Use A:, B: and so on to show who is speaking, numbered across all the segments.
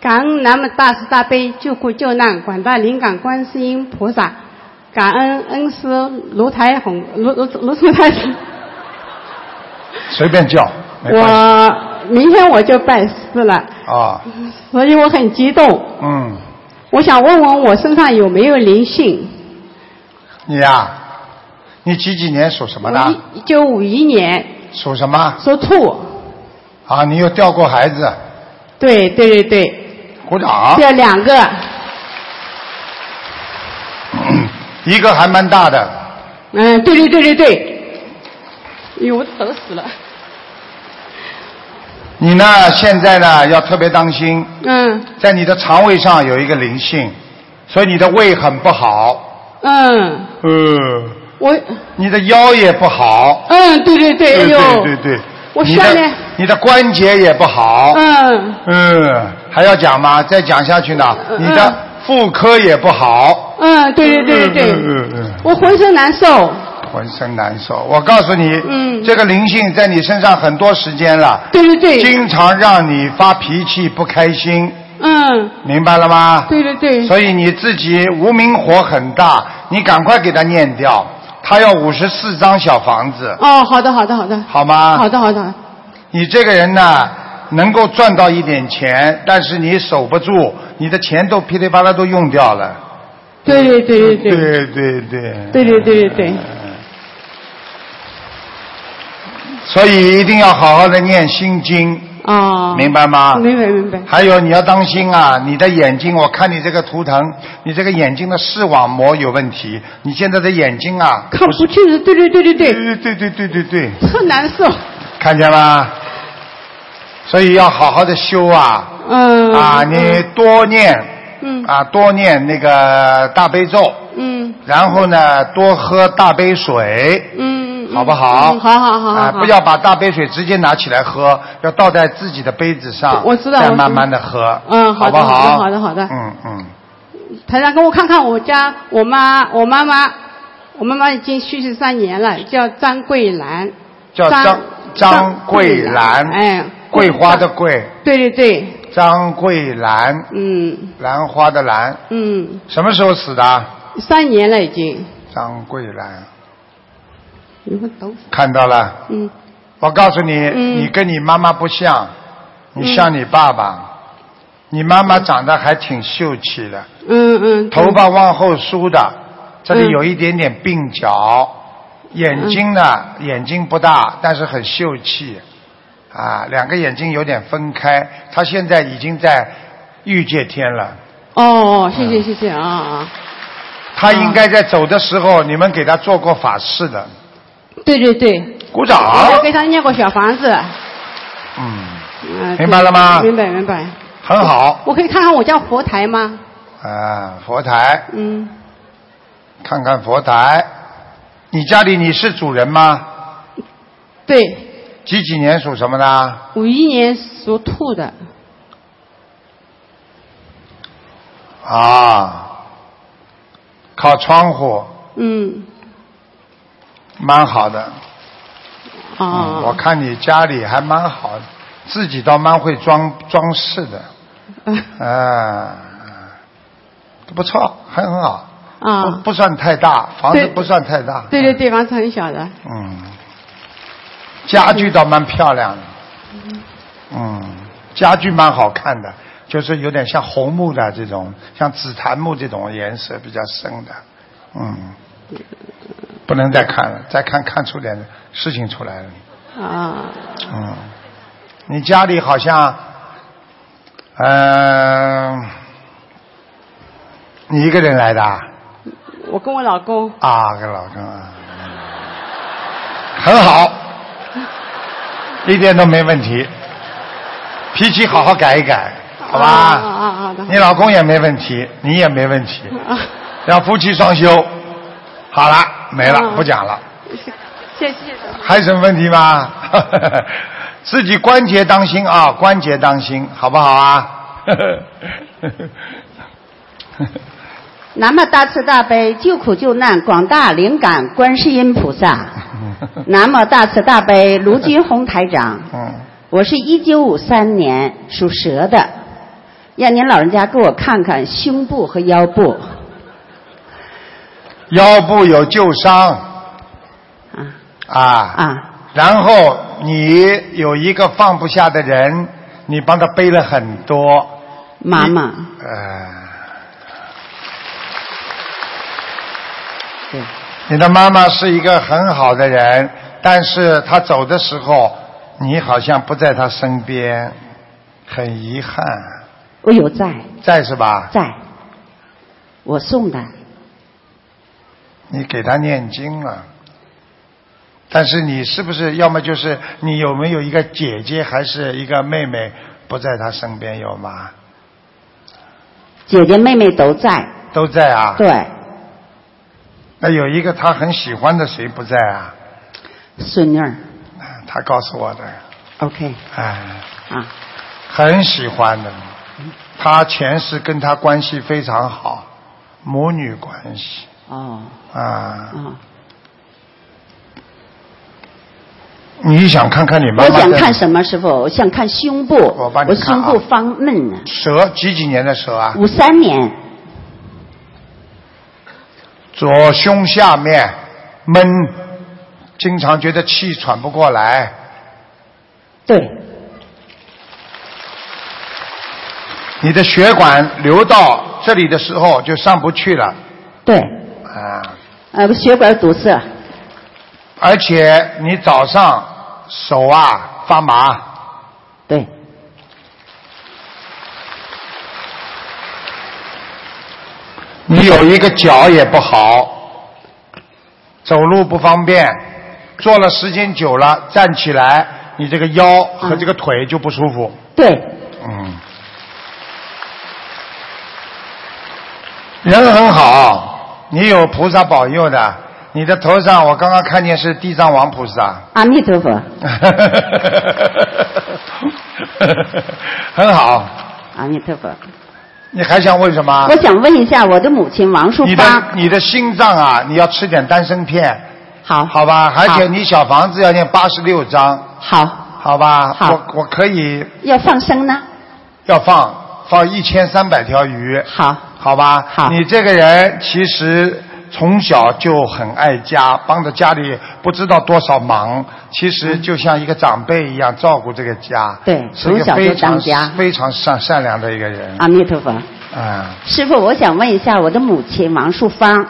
A: 感恩南无大慈大悲救苦救难广大灵感观世音菩萨，感恩恩师卢台红卢卢卢处太师。
B: 随便叫，没关系
A: 我明天我就拜师了，
B: 啊，
A: 所以我很激动。
B: 嗯，
A: 我想问问我身上有没有灵性？
B: 你呀、你几几年属什么的？
A: 一九五一年
B: 属什么？
A: 属兔，
B: 啊，你又掉过孩子，
A: 对对对对，
B: 鼓掌。
A: 这两个
B: 一个还蛮大的，
A: 嗯，对对对对对。哎呦，我头死了。
B: 你呢现在呢要特别当心，
A: 嗯
B: 在你的肠胃上有一个灵性，所以你的胃很不好，
A: 嗯，
B: 嗯，
A: 我
B: 你的腰也不好，
A: 嗯，对对对，哎
B: 对对
A: 呦
B: 对，对，
A: 我
B: 你的
A: 下面
B: 你的关节也不好，
A: 嗯
B: 嗯，还要讲吗？再讲下去呢，
A: 嗯
B: 你的妇科也不好，
A: 嗯，对对对对对，
B: 嗯嗯嗯
A: 我浑身难受。
B: 嗯，浑身难受。我告诉你，
A: 嗯
B: 这个灵性在你身上很多时间了，
A: 对对对，
B: 经常让你发脾气、不开心，
A: 嗯，
B: 明白了吗？
A: 对对对，
B: 所以你自己无名火很大，你赶快给他念掉，他要五十四张小房子，
A: 哦，好的好的好的，
B: 好吗？
A: 好的好的，
B: 你这个人呢，能够赚到一点钱，但是你守不住，你的钱都噼里啪啦都用掉了。
A: 对对对对对，
B: 对对对。
A: 对对对对对。
B: 所以一定要好好的念心经，
A: 哦，
B: 明白吗？
A: 明白明白，
B: 还有你要当心啊，你的眼睛，我看你这个图腾，你这个眼睛的视网膜有问题，你现在的眼睛啊，
A: 看不去的，对对对对对，
B: 对对对对对对，
A: 特难受，
B: 看见吗？所以要好好的修啊
A: 嗯
B: 啊，你多念
A: 嗯
B: 啊，多念那个大悲咒，
A: 嗯
B: 然后呢，多喝大杯水。
A: 嗯，嗯
B: 好不好？
A: 嗯好好好好
B: 啊，
A: 好
B: 不要把大杯水直接拿起来喝，要倒在自己的杯子上，
A: 我知道
B: 再
A: 我知道
B: 慢慢的喝，
A: 嗯
B: 好
A: 好
B: 不
A: 的
B: 好？
A: 好的好的好的
B: 嗯嗯，
A: 台长，给我看看我家我妈我妈妈，我妈妈已经去世三年了，叫张桂兰。
B: 叫张张桂兰，
A: 哎，
B: 桂花的。桂，
A: 对对对，
B: 张桂兰，
A: 嗯
B: 兰花的兰，
A: 嗯，
B: 什么时候死的？
A: 三年了已经，
B: 张桂兰，
A: 你们都
B: 看到了。
A: 嗯
B: 我告诉你，
A: 嗯
B: 你跟你妈妈不像，你像你爸
A: 嗯
B: 爸。你妈妈长得还挺秀气的，
A: 嗯嗯，
B: 头发往后梳的，这里
A: 嗯
B: 有一点点鬓角，眼睛呢，眼睛不大，但是很秀气，啊，两个眼睛有点分开。她现在已经在欲界天了，
A: 哦哦，谢谢谢谢啊啊，
B: 她应该在走的时候，你们给她做过法事的，
A: 对对啊对，
B: 鼓掌。
A: 我给他念过小房子，
B: 嗯，
A: 嗯，
B: 明白了吗
A: 明白明白。
B: 很好
A: 我可以看看我家佛台吗？
B: 啊，佛台。
A: 嗯，
B: 看看佛台。你家里你是主人吗？
A: 对，
B: 几几年属什么的？
A: 五一年属兔的，
B: 啊，靠窗户，
A: 嗯，
B: 蛮好的。嗯，我
A: 哦，
B: 看你家里还蛮好的，自己倒蛮会装装饰的， 啊，不错，还很好，不
A: 啊，
B: 不算太大，房子
A: 对
B: 不算太大。
A: 对对对，房子很小的，
B: 嗯，家具倒蛮漂亮的，嗯，家具蛮好看的，就是有点像红木的这种，像紫檀木这种颜色比较深的，嗯，不能再看了，再看看出点事情出来了，
A: 啊，
B: 嗯，你家里好像，嗯、你一个人来的啊？
A: 我跟我老公，
B: 啊，跟老公啊，很好，一点都没问题，脾气好好改一改，好吧？
A: 啊啊啊
C: 嗯
A: 好的
B: 你老公也没问题，你也没问题，
A: 啊，
B: 要夫妻双修。好了，没了，
A: 嗯
B: 不讲了。
A: 谢谢的，
B: 还有什么问题吗？ 自己关节当心啊，关节当心，好不好啊？
C: 南无大慈大悲救苦救难广大灵感观世音菩 萨，南无大慈大悲卢军红台长。
B: 嗯，
C: 我是一九五三年属蛇的，
D: 让您老人家给我看看胸部和腰部。
B: 腰部有旧伤
D: 啊
B: 啊
D: 啊！
B: 然后你有一个放不下的人，你帮他背了很多。
D: 妈妈，
B: 呃，
D: 对，
B: 你的妈妈是一个很好的人，但是她走的时候，你好像不在她身边，很遗憾。
D: 我有在
B: 在是吧？
D: 在，我送的，
B: 你给她念经了，但是你是不是要么就是你有没有一个姐姐还是一个妹妹不在她身边有吗？
D: 姐姐妹妹都在。
B: 都在啊。
D: 对，
B: 那有一个她很喜欢的谁不在啊？
D: 孙女儿
B: 她告诉我的，
D: ，OK
B: 哎。
D: 啊，
B: 很喜欢的。他前世跟他关系非常好，母女关系
D: 哦，
B: 啊。
D: 哦，
B: 你想看看你哎妈
D: 我
B: 妈在？
D: 想看什么，师傅？我想看胸部，
B: 我
D: 我
B: 帮你看
D: 胸
B: 啊
D: 部方闷呢。
B: 蛇几几年的蛇啊？
D: 五三年，
B: 左胸下面闷，经常觉得气喘不过来，
D: 对，
B: 你的血管流到这里的时候就上不去了
D: 对，
B: 啊。
D: 呃，血管堵塞，
B: 而且你早上手啊发麻，
D: 对，
B: 你有一个脚也不好，走路不方便，坐了时间久了，站起来，你这个腰和这个腿就不舒服。
D: 对，
B: 嗯，人很好，你有菩萨保佑的，你的头上我刚刚看见是地藏王菩萨。
D: 阿弥陀佛，
B: 啊 很好，
D: 阿弥陀佛。
B: 你还想问什么
D: 我？想问一下我的母亲王淑
B: 你的
D: 芳，
B: 你的心脏啊，你要吃点丹参片。
D: 好，
B: 好吧，而且
D: 好
B: 你小房子要念八十六章，
D: 好
B: 好吧？
D: 好
B: 我我可以
D: 要放生呢，
B: 要放放一千三百条鱼，
D: 好，
B: 好吧？
D: 好
B: 你这个人其实从小就很爱家，帮着家里不知道多少忙，其实就像一个长辈一样照顾这个家。
D: 嗯对
B: 是一
D: 从
B: 个
D: 小就
B: 非常
D: 当家
B: 非常善善良的一个人。
D: 阿弥陀佛。
B: 啊，
D: 师傅，我想问一下我的母亲王淑芳，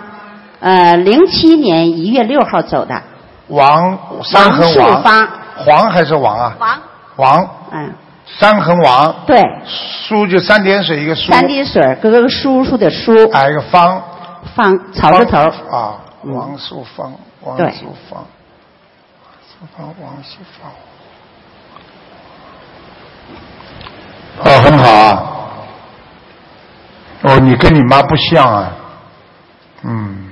D: 呃，零七年一月六号走的，
B: 王三横王，
D: 王树芳
B: 黄还是王啊？
D: 王，
B: 王
D: 嗯，
B: 三横王，
D: 对，
B: 书就三点水一个书，
D: 三滴水呃儿，哥哥叔叔的
B: 嗯
D: 叔，
B: 还有一个方。
D: 放草字头儿，
B: 啊，
D: 嗯
B: 王淑芳，王
D: 对
B: 淑芳，淑芳，王淑芳。哦，很好啊。哦，你跟你妈不像啊。嗯，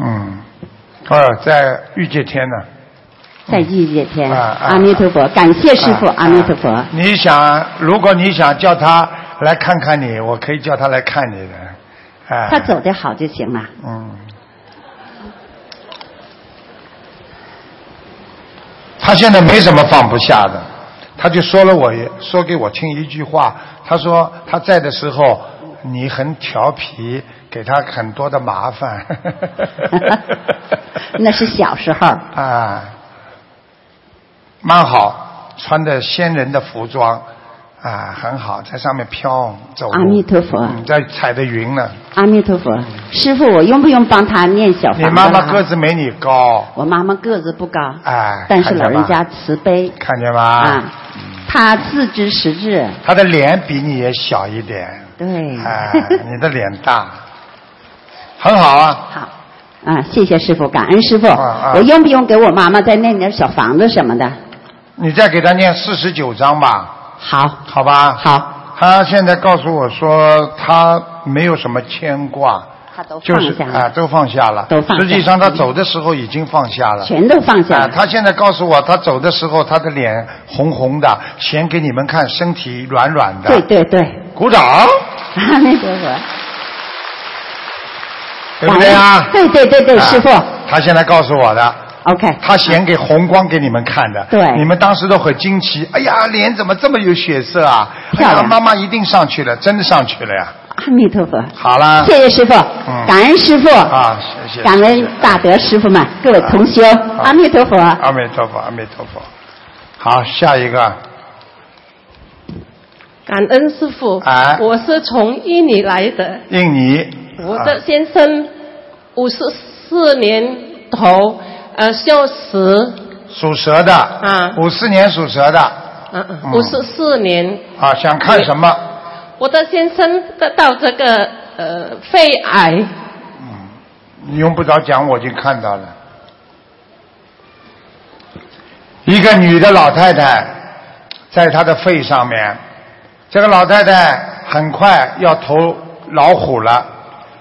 B: 嗯，哦，在御界天呢。
D: 在异界天，
B: 啊啊
D: 阿弥陀佛，感谢师傅，
B: 啊
D: 阿弥陀佛，
B: 啊你想，如果你想叫他来看看你，我可以叫他来看你的。哎。
D: 他走得好就行了。
B: 嗯，他现在没什么放不下的，他就说了我一说给我听一句话，他说他在的时候你很调皮，给他很多的麻烦。
D: 那是小 时候，
B: 啊，蛮好，穿的仙人的服装啊，很好，在上面飘走路。
D: 阿弥陀佛
B: 嗯，在踩着云呢。嗯
D: 阿弥陀佛，师傅，我用不用帮他念小房
B: 你
D: 子
B: 妈妈
D: 了
B: 个子没你高。
D: 我妈妈个子不高，
B: 哎
D: 但是
B: 看见
D: 老
B: 吧
D: 人家慈悲
B: 看见吗？
D: 啊，她自知识至，
B: 他的脸比你也小一点，
D: 对，
B: 哎，你的脸大，很好啊。
D: 好啊，谢谢师傅，感恩师傅
B: 啊啊。
D: 我用不用给我妈妈再念点小房子什么的？
B: 你再给他念四十九章吧，
D: 好，
B: 好吧？。
D: 好，
B: 他现在告诉我说，他没有什么牵挂，
D: 她都
B: 就
D: 放
B: 是
D: 下
B: 啊，
D: 了，
B: 都放下了。
D: 都放下
B: 实际上，他走的时候已经放下了。
D: 全都放下
B: 啊，
D: 了。
B: 他现在告诉我，他走的时候，他的脸红红的，显给你们看，身体软软的。
D: 对。对对，
B: 鼓 掌，
D: 阿弥陀佛，
B: 对不对啊？
D: 感恩对对对对，
B: 啊
D: 师傅，
B: 他现在告诉我的，
C: OK，
B: 他显给红光给你们看的，
C: 对
B: 你们当时都很惊奇，哎呀，脸怎么这么有血色啊？
C: 漂亮
B: 哎呀妈妈一定上去了，真的上去了呀。
C: 阿弥陀佛，
B: 好啦，
C: 谢谢师傅，
B: 嗯
C: 感恩师傅，
B: 啊，谢啊谢，
C: 感
B: 谢谢
C: 恩大德师傅们，各位同修，阿弥陀佛。
B: 阿弥陀佛，阿弥陀佛。好，下一个，
E: 感恩师傅，
B: 哎
E: 我是从印尼来的，
B: 印尼，啊
E: 我的先生五十四年头，呃，孝慈，
B: 属蛇的，
E: 啊
B: 五四年属蛇的，
E: 嗯
B: 嗯，
E: 五十四年，
B: 啊，想看什么？
E: 我的先生得到这个呃肺癌，
B: 你用不着讲，我已经看到了。一个女的老太太，在她的肺上面，这个老太太很快要投老虎了，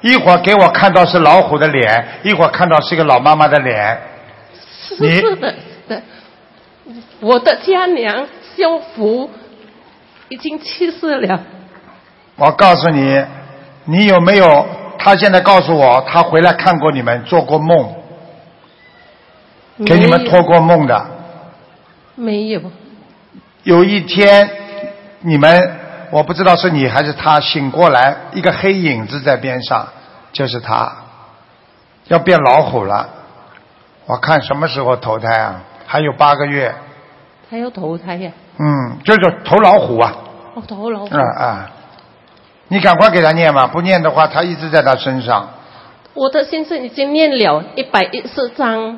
B: 一会儿给我看到是老虎的脸，一会儿看到是一个老妈妈的脸。
E: 是
B: 你
E: 是的，是的，我的家娘修福已经去世了，
B: 我告诉你，你有没有？他现在告诉我，他回来看过你们，做过梦，
E: 嗯
B: 给你们
E: 没有
B: 托过梦的。
E: 没有，
B: 有一天，你们我不知道是你还是他醒过来，一个黑影子在边上，就是他，要变老虎了。我看什么时候投胎啊？还有八个月，
E: 他要投胎呀、
B: 嗯，就是投老虎啊，
E: 我投老虎
B: 啊、啊！你赶快给他念吧，不念的话，他一直在他身上，
E: 我的先生已经念了一百一十章，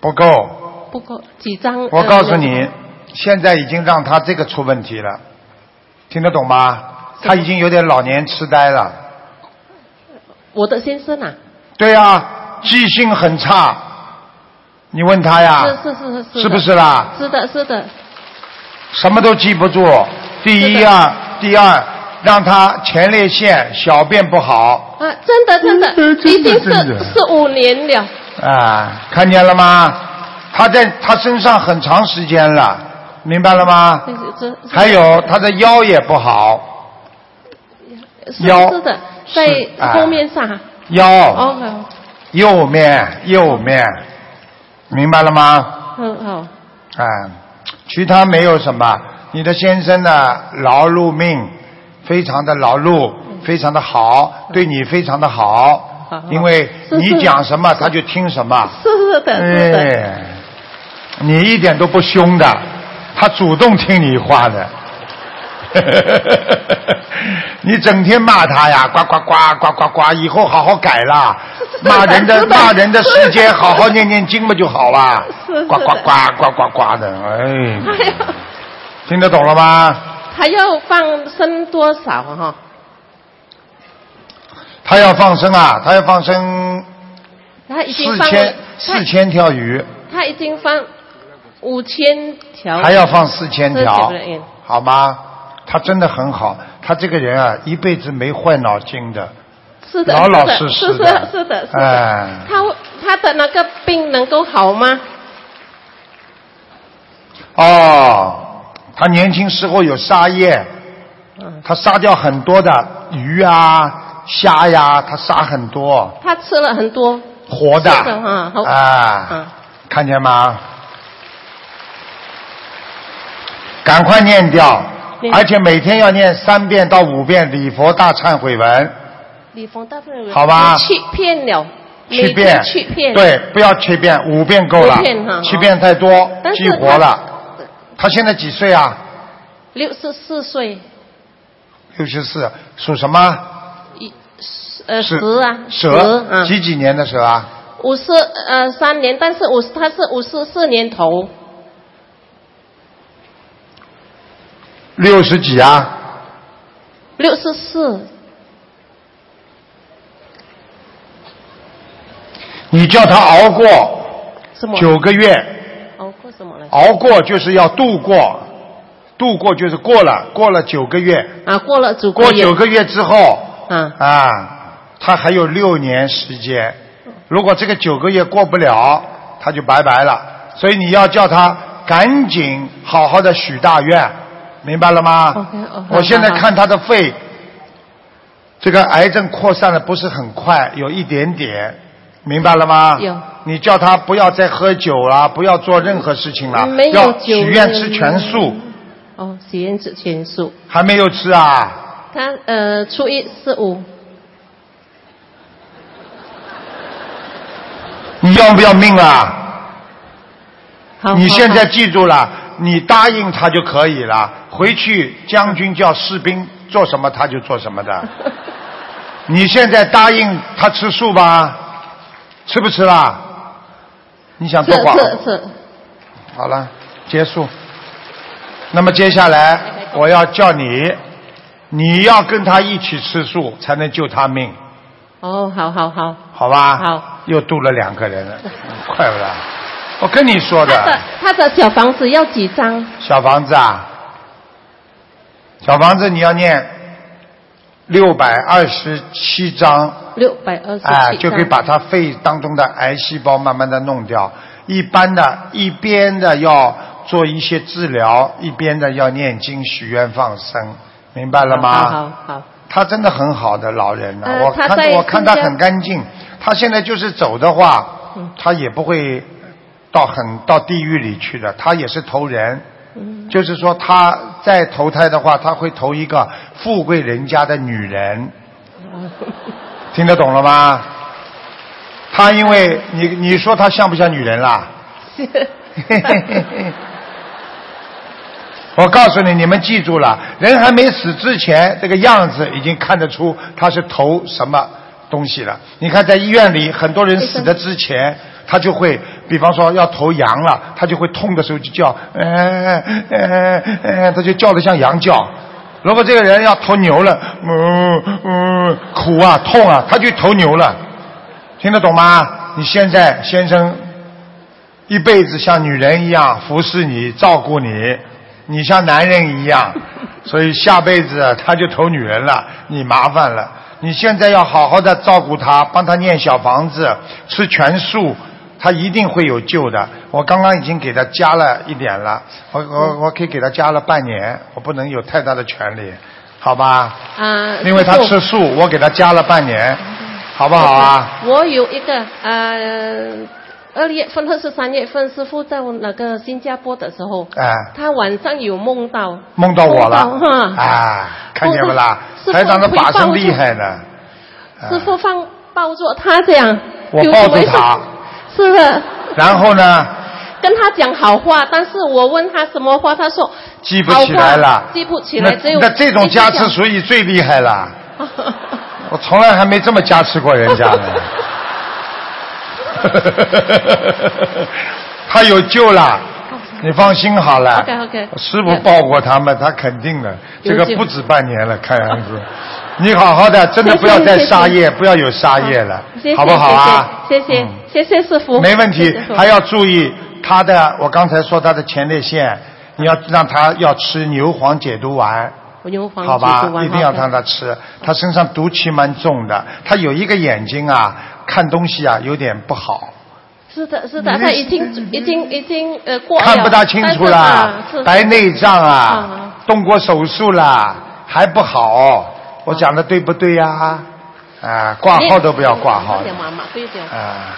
B: 不够。
E: 不过几章。
B: 我
E: 呃
B: 告诉你，现在已经让他这个出问题了，听得懂吗？他已经有点老年痴呆了。
E: 我的先生啊，
B: 对呀、记性很差。你问他呀，
E: 是是是是，
B: 是不是？啦？
E: 是的，是的，
B: 什么都记不住。第一啊，第二，让他前列腺、小便不好
E: 啊，真的真的，
B: 嗯真的
E: 已经
B: 真的
E: 是四五年了，
B: 啊，看见了吗？他在他身上很长时间了，明白了吗？
E: 这这
B: 还有他的腰也不好。
E: 是
B: 腰
E: 是的，
B: 是
E: 在
B: 啊
E: 后面上啊，
B: 腰
E: 哦，
B: 右面右面，明白了吗？
E: 好，嗯好，
B: 啊，其他没有什么。你的先生呢，劳碌命，非常的劳碌，非常的好，对你非常的好
E: 好，
B: 因为
E: 是
B: 你
E: 是
B: 讲什么他就听什么。
E: 是是 的，是的，
B: 哎，你一点都不凶的，他主动听你话的。 你整天骂他呀，呱呱呱呱呱呱，以后好好改啦。骂人的骂人的时间，好好念念经嘛就好啦。
E: 是
B: 呱呱
E: 是的
B: 呱呱呱呱的，哎，
E: 还要
B: 听得懂了吗？
E: 还要放生多少哈、啊？
B: 他要放生啊，他要放生
E: 他已经
B: 四
E: 放
B: 千
E: 了，
B: 四千条鱼，
E: 他他已经放五千条，
B: 还要放四千条
E: 四千条，嗯
B: 好吗？他真的很好，他这个人啊，一辈子没坏脑筋的，
E: 是的，
B: 老老
E: 是
B: 实实
E: 的是
B: 的
E: 的，是的，是
B: 哎
E: 的。他他的那个病能够好吗？
B: 哦，他年轻时候有杀业，
E: 嗯，
B: 他杀掉很多的鱼啊、虾呀、他杀很多
E: 他吃了很多，
B: 活的，
E: 是的嗯好嗯
B: 啊，看见吗？赶快念掉，
E: 念
B: 而且每天要念三遍到五遍礼佛大忏悔文，
E: 李峰大夫人
B: 好吧
E: 欺骗了，
B: 七
E: 每
B: 遍
E: 天，欺骗，，
B: 对，不要七遍，五遍够了
E: 五遍哈，
B: 七遍太多，
E: 但
B: 激
E: 是
B: 活了。他现在几岁啊？
E: 六十四岁，
B: 六十四，属什么？
E: 一呃
B: 是
E: 蛇啊，
B: 蛇
E: 十，啊，
B: 几几年的蛇啊？
E: 五十呃三年，但是五十他是五十四年头，
B: 六十几啊？
E: 六十四，
B: 你叫他熬过
E: 什么？
B: 九个月，
E: 哦，过什么来？
B: 熬过就是要度过，度过就是过了，过了九个月，
E: 啊，过了九
B: 过
E: 月
B: 九个月之后
E: 啊，
B: 啊，他还有六年时间。如果这个九个月过不了，他就拜拜了。所以你要叫他赶紧好好的许大愿，明白了吗
E: OK，OK，
B: 啊我现在
E: 好好
B: 看他的肺，这个癌症扩散的不是很快，有一点点，明白了吗？
E: 有
B: 你叫他不要再喝酒啦，不要做任何事情啦
E: 没，有
B: 要
E: 酒
B: 许愿
E: 的
B: 吃全素，
E: 哦，许愿吃全素。
B: 还没有吃啊？
E: 他呃，初一十五，
B: 你要不要命啊？
E: 好，
B: 你
E: 好
B: 现在
E: 好
B: 记住了，你答应他就可以了。回去将军叫士兵做什么他就做什么的。 你现在答应他吃素吧？吃不吃啦？你想多
E: 是
B: 广？
E: 是是，
B: 好了，结束。那么接下
E: 哎
B: 来我要叫你，你要跟他一起吃素，才能救他命，
E: 哦，好好好，
B: 好吧？
E: 好。
B: 又多了两个人了，快了。我跟你说
E: 他 的他的小房子要几张？
B: 小房子啊，小房子你要念六百二十七章，
E: 六百二十七
B: 哎、
E: 张，
B: 就可以把它肺当中的癌细胞慢慢的弄掉。一般的，一边的要做一些治疗，一边的要念经、许愿、放生，明白了吗？
E: 好好好，
B: 他真的很好的老人了、
E: 呃
B: 我
E: 他
B: 看
E: 在
B: 我看他
E: 新疆
B: 很干净。他现在就是走的话，
E: 嗯
B: 他也不会到很到地狱里去的。他也是投人，
E: 嗯
B: 就是说他再投胎的话，他会投一个富贵人家的女人。听得懂了吗？他因为你你说他像不像女人啦？ 我告诉你，你们记住了，人还没死之前，这个样子已经看得出他是投什么东西了。你看，在医院里，很多人死的之前，他就会，比方说要投羊了，他就会痛的时候就叫，呃呃呃，他就叫的像羊叫。如果这个人要投牛了，嗯嗯，苦啊痛啊，他就投牛了，听得懂吗？你现在先生一辈子像女人一样服侍你、照顾你，你像男人一样，所以下辈子他就投女人了，你麻烦了。你现在要好好的照顾他，帮他念小房子，吃全素，他一定会有救的。我刚刚已经给他加了一点了，我我我可以给他加了半年，我不能有太大的权利，好吧？
E: 啊，
B: 因为他
E: 师父
B: 吃素，我给他加了半年，好不好啊？
E: 我有一个呃，二月份还是三月份，师傅在我那个新加坡的时候，
B: 哎。
E: 他晚上有梦到
B: 梦到我了
E: 梦到哈
B: 啊！看见不啦？
E: 师傅
B: 台长的法身厉害呢，啊
E: 师傅放抱住他这样，
B: 我
E: 有
B: 抱
E: 什
B: 住
E: 么意思
B: 他，
E: 是的，
B: 然后呢，
E: 跟他讲好话，但是我问他什么话，他说
B: 记不起来
E: 好
B: 了
E: 话。记不起来，只有
B: 那那这种加
E: 自己
B: 持
E: 讲
B: 属于最厉害了，我从来还没这么加持过人家 呢。 他有救了，你放心好了。
E: OK，OK
B: 啊 师傅抱过他们，他肯定的。这
E: 有
B: 个
E: 救
B: 不止半年了，看样子。 你好好的，真的不要再杀业，不要有杀业了，
E: 谢谢
B: 好不好啊？
E: 谢谢
B: 嗯
E: 谢谢谢谢师傅，
B: 没问
E: 谢
B: 题
E: 谢师，傅
B: 还要注意他的，我刚才说他的前列腺，你要让他要吃牛黄解毒丸，
E: 我用黄
B: 好吧
E: 记住完，
B: 一定要
E: 好
B: 让他吃。他身上毒气蛮重的，他有一个眼睛啊，看东西啊有点不好，
E: 是的，是的，他已经已经已经呃过
B: 嗯
E: 了，
B: 看不大清楚啦
E: 但是，啊
B: 白内障啊
E: 啊，
B: 动过手术啦，还不好。我讲的对不对呀、啊？挂号都不要挂号
E: 快点妈妈快点
B: 啊，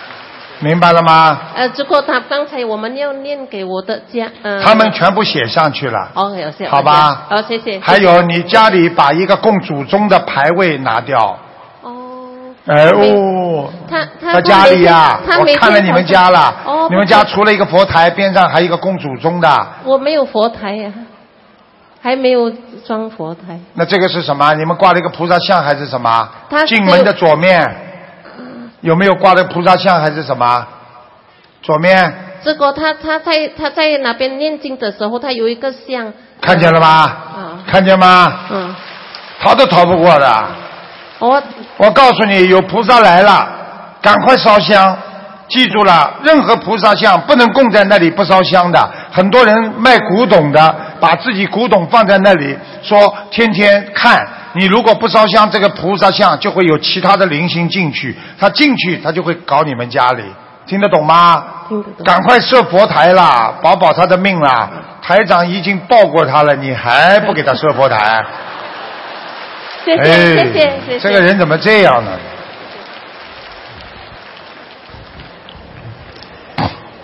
B: 明白了吗？
E: 呃，如果他刚才我们要念给我的家，呃，
B: 他们全部写上去了。
E: 哦，有谢，
B: 好吧
E: 哦，谢谢，
B: 还有你家里把一个供祖宗的牌位拿掉。
E: 哦，
B: 哎哦，
E: 他他
B: 他家里呀、
E: 他
B: 我
E: 每天
B: 看了你们家了，
E: 哦，
B: 你们家除了一个佛台，边上还有一个供祖宗的，
E: 我没有佛台呀、还没有装佛台，
B: 那这个是什么？你们挂了一个菩萨像还是什么
E: 他？
B: 进门的左面有没有挂的菩萨像还是什么？左面
E: 结果他他在他在那边念经的时候，他有一个像，
B: 看见了吗？
E: 啊，
B: 看见吗？
E: 嗯，
B: 逃都逃不过的。
E: 我
B: 我告诉你，有菩萨来了，赶快烧香。记住了，任何菩萨像不能供在那里不烧香的。很多人卖古董的，把自己古董放在那里，说天天看。你如果不烧香，这个菩萨像就会有其他的灵性进去，他进去他就会搞你们家里，听得懂吗？
E: 听得懂
B: 赶快设佛台啦，保保他的命啦！台长已经抱过他了，你还不给他设佛台？
E: 谢谢、
B: 哎，
E: 谢谢谢谢，
B: 这个人怎么这样呢？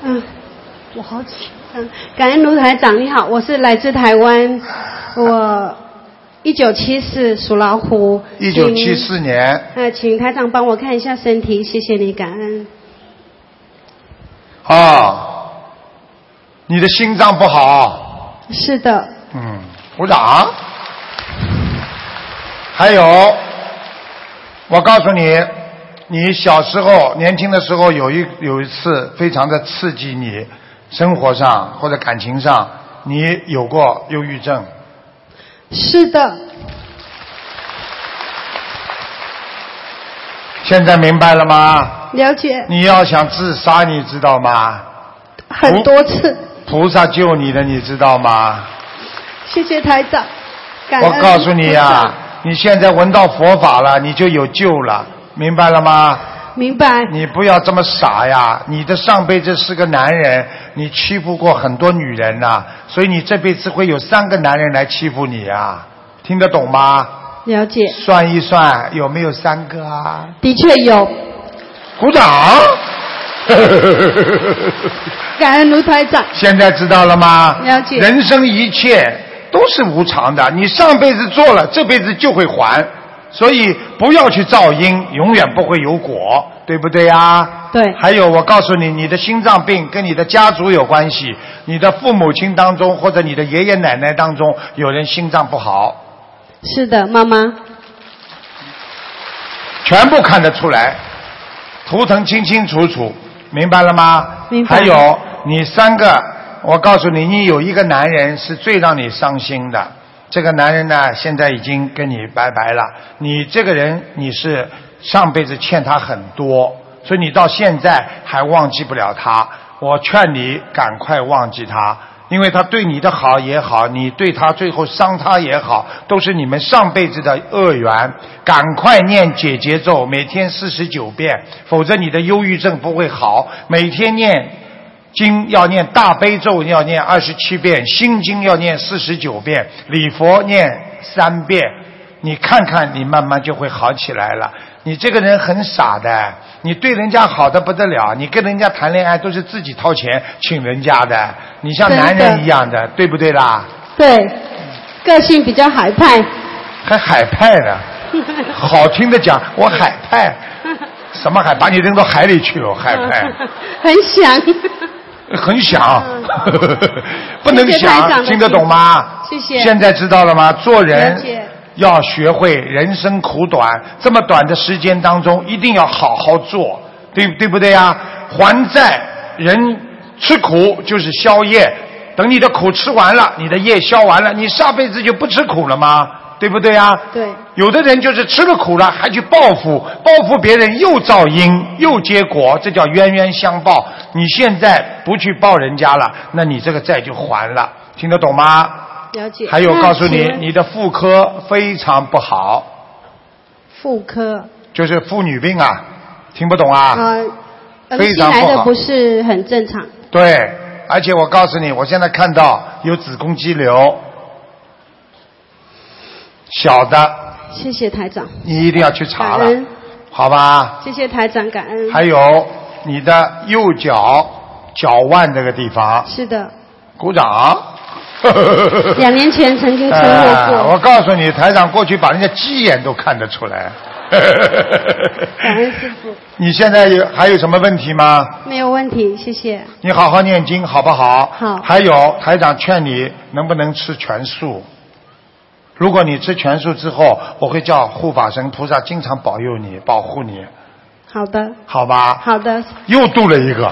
A: 嗯好紧张。感恩卢台长，你好，我是来自台湾，我一九七四属老虎。
B: 一九七四年，
A: 呃，请台长帮我看一下身体，谢谢你，感恩。
B: 哦，你的心脏不好，
A: 是的，
B: 嗯，鼓掌。还有，我告诉你，你小时候、年轻的时候有一有一次非常的刺激你，生活上或者感情上，你有过忧郁症。
A: 是的，
B: 现在明白了吗？
A: 了解
B: 你要想自杀，你知道吗？
A: 很多次，
B: 菩萨救你的，你知道吗？
A: 谢谢台长，感
B: 我
A: 恩。
B: 告诉你呀、，啊你现在闻到佛法了，你就有救了，明白了吗？
A: 明白，
B: 你不要这么傻呀！你的上辈子是个男人，你欺负过很多女人呐、所以你这辈子会有三个男人来欺负你啊！听得懂吗？
A: 了解，
B: 算一算有没有三个啊？
A: 的确有，
B: 鼓 掌！
A: 感恩卢台长，
B: 现在知道了吗？
A: 了解
B: 人生一切都是无常的，你上辈子做了，这辈子就会还，所以不要去造因，永远不会有果，对不对呀、
A: 对
B: 还有，我告诉你，你的心脏病跟你的家族有关系，你的父母亲当中或者你的爷爷奶奶当中有人心脏不好，
A: 是的，妈妈，
B: 全部看得出来，图腾清清楚楚，明白了吗？
A: 明白
B: 还有你三个，我告诉你，你有一个男人是最让你伤心的。这个男人呢，现在已经跟你拜拜了。你这个人，你是上辈子欠他很多，所以你到现在还忘记不了他。我劝你赶快忘记他，因为他对你的好也好，你对他最后伤他也好，都是你们上辈子的恶缘。赶快念解结咒，每天四十九遍，否则你的忧郁症不会好。每天念经要念大悲咒，要念二十七遍，心经要念四十九遍，礼佛念三遍。你看看，你慢慢就会好起来了。你这个人很傻的，你对人家好的不得了，你跟人家谈恋爱都是自己掏钱请人家的，你像
A: 真的
B: 男人一样的，对不对啦？
A: 对，个性比较海派，
B: 还海派呢，好听的讲，我海派，什么海？把你扔到海里去了，海派。
A: 很想，
B: 很想， 不
A: 谢谢
B: 能想
A: 台长，的
B: 听得懂吗？
A: 谢谢
B: 现在知道了吗？做人
A: 了解
B: 要学会人生苦短，这么短的时间当中，一定要好好做，对对不对呀？还债，人吃苦就是消业，等你的苦吃完了，你的业消完了，你下辈子就不吃苦了吗？对不对呀？
A: 对
B: 有的人就是吃了苦了，还去报复，报复别人又造因又结果，这叫冤冤相报。你现在不去报人家了，那你这个债就还了，听得懂吗？
A: 了解。
B: 还有告诉
A: 那
B: 你
A: 请，问
B: 你的妇科非常不好，
A: 妇科
B: 就是妇女病啊，听不懂啊？
A: 啊，呃
B: 非
A: 新
B: 常不好
A: 来的不是很正常，
B: 对，而且我告诉你，我现在看到有子宫肌瘤，小的，
A: 谢谢台长，
B: 你一定要去查了
A: 感恩，
B: 好吧？
A: 谢谢台长，感恩。
B: 还有你的右脚脚腕这个地方，
A: 是 的，
B: 鼓掌。
A: 两年前曾经车
B: 哎
A: 祸
B: 我
A: 过，
B: 告诉你，台长过去把人家鸡眼都看得出 来。
A: 感恩师傅，
B: 你现在有还有什么问题吗？
A: 没有问题，谢谢。
B: 你好好念经好不好？
A: 好
B: 还有台长劝你，能不能吃全素？如果你吃全素之后，我会叫护法神菩萨经常保佑你、保护你，
A: 好的，
B: 好吧？
A: 好的，哎
B: 又度了一个。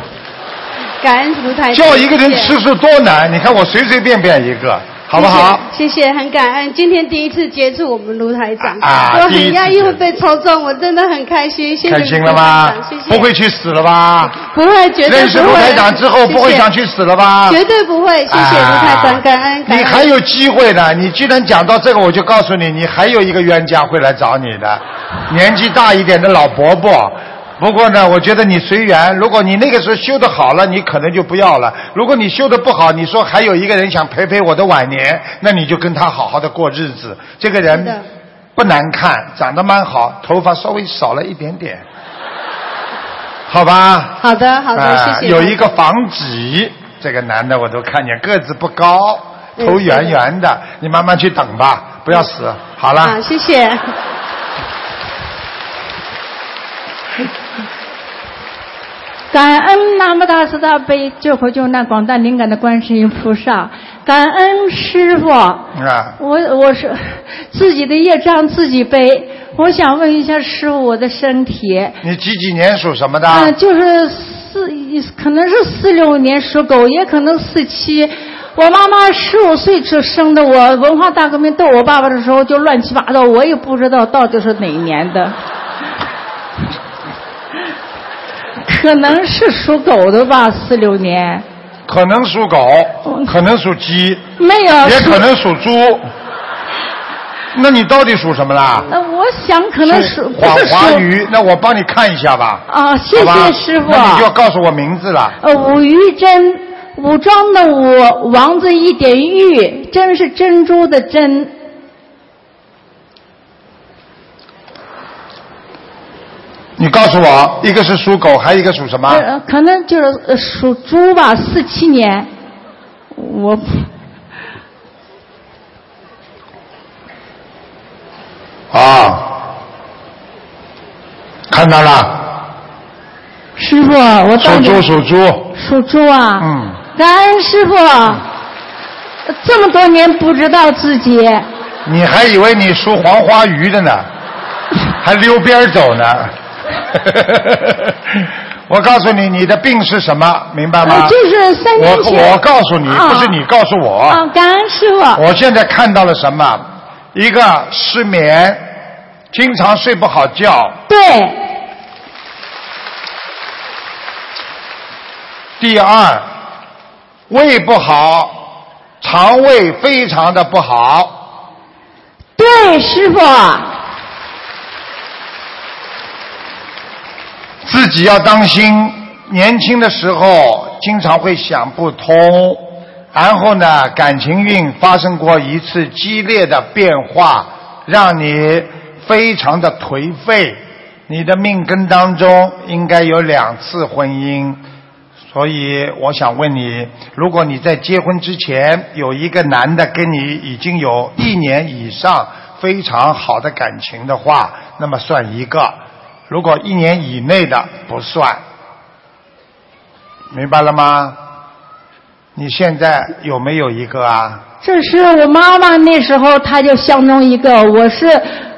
A: 感恩卢台长。
B: 叫一个人
A: 谢谢
B: 吃素多难？你看我随随便便一个，好不好？
A: 谢谢？谢谢，很感恩。今天第一次接触我们卢台长，
B: 啊
A: 我
B: 第一次
A: 很压抑会被抽中，我真的很开心，谢谢
B: 开
A: 卢
B: 心
A: 台
B: 了吗
A: 长，？谢谢。
B: 不会去死了吧？
A: 不会，绝对
B: 认识
A: 不
B: 卢
A: 会。
B: 台长之后，不会
A: 谢谢
B: 想去死了吧？
A: 绝对不会，谢谢卢台
B: 啊
A: 长，感恩。感
B: 你
A: 恩
B: 还有机会呢！你既然讲到这个，我就告诉你，你还有一个冤家会来找你的，年纪大一点的老伯伯。不过呢，我觉得你随缘。如果你那个时候修的好了，你可能就不要了；如果你修的不好，你说还有一个人想陪陪我的晚年，那你就跟他好好的过日子。这个
A: 是的
B: 人不难看，长得蛮好，头发稍微少了一点点，好吧？
A: 好的，好的，
B: 啊
A: 谢谢。
F: 啊
B: 有一个防己，这个男的我都看见，个子不高，
F: 嗯
B: 头圆圆的，你慢慢去等吧，不要死。好了，
A: 啊，谢谢。
F: 感恩南无大慈大悲救苦救难广大灵感的观世音菩萨，感恩师傅。
B: 啊，
F: 我我是自己的业障自己背。我想问一下师傅，我的身体，
B: 你几几年属什么的？
F: 嗯、就是四，可能是四六年属狗，也可能四七。我妈妈十五岁就生的我，文化大革命斗我爸爸的时候就乱七八糟，我也不知道到底是哪一年的， 可能是属狗的吧，四六年。
B: 可能属狗，可能属鸡，
F: 嗯没有，
B: 也
F: 属
B: 可能属猪。那你到底属什么啦？
F: 呃，我想可能属不
B: 华
F: 是
B: 华
F: 属
B: 鱼，那我帮你看一下吧。
F: 啊，谢
B: 好吧
F: 谢师傅。
B: 那你就要告诉我名字了。
F: 呃，武玉珍，武装的武，王字一点玉，珍是珍珠的珍。
B: 你告诉我，一个是属狗，还有一个属什么？
F: 呃，可能就是呃属猪吧，四七年。我
B: 啊，看到了，
F: 师傅，我
B: 属
F: 到底
B: 猪属猪，
F: 属猪啊？
B: 嗯，
F: 感恩师傅，这么多年不知道自己，
B: 你还以为你属黄花鱼 的呢，还溜边儿走呢。 我告诉你，你的病是什么，明白吗？
F: 呃就是三年
B: 我
F: 前
B: 我告诉你，
F: 啊
B: 不是你告诉我。
F: 啊，感恩师傅，
B: 我现在看到了什么？一个失眠，经常睡不好觉。
F: 对，
B: 第二，胃不好，肠胃非常的不好。
F: 对，师傅，
B: 自己要当心，年轻的时候经常会想不通，然后呢，感情运发生过一次激烈的变化，让你非常的颓废。你的命根当中应该有两次婚姻，所以我想问你，如果你在结婚之前有一个男的跟你已经有一年以上非常好的感情的话，那么算一个；如果一年以内的不算，明白了吗？你现在有没有一个啊？
F: 这是我妈妈那时候她就相中一个，我是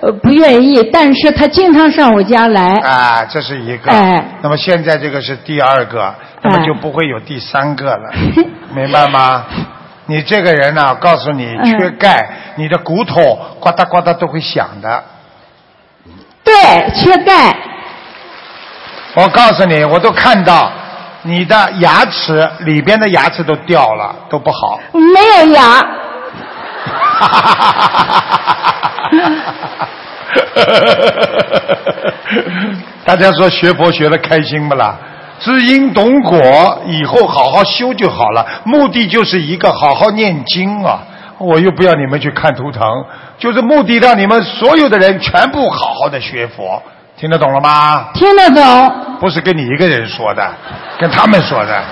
F: 呃不愿意，但是她经常上我家来，
B: 啊，这是一个。
F: 哎
B: 那么现在这个是第二个，那么就不会有第三个 了，明白吗？你这个人呢、告诉你
F: 嗯
B: 缺钙，你的骨头呱嗒呱嗒都会响的。
F: 对，缺钙，
B: 我告诉你，我都看到你的牙齿里边的牙齿都掉了，都不好。
F: 没有牙，
B: 哈哈哈 大家说学佛学的开心不啦？知因懂果，以后好好修就好了。目的就是一个好好念经啊！我又不要你们去看图腾，就是目的让你们所有的人全部好好的学佛，听得懂了吗？
F: 听得懂？
B: 不是跟你一个人说的，跟他们说的，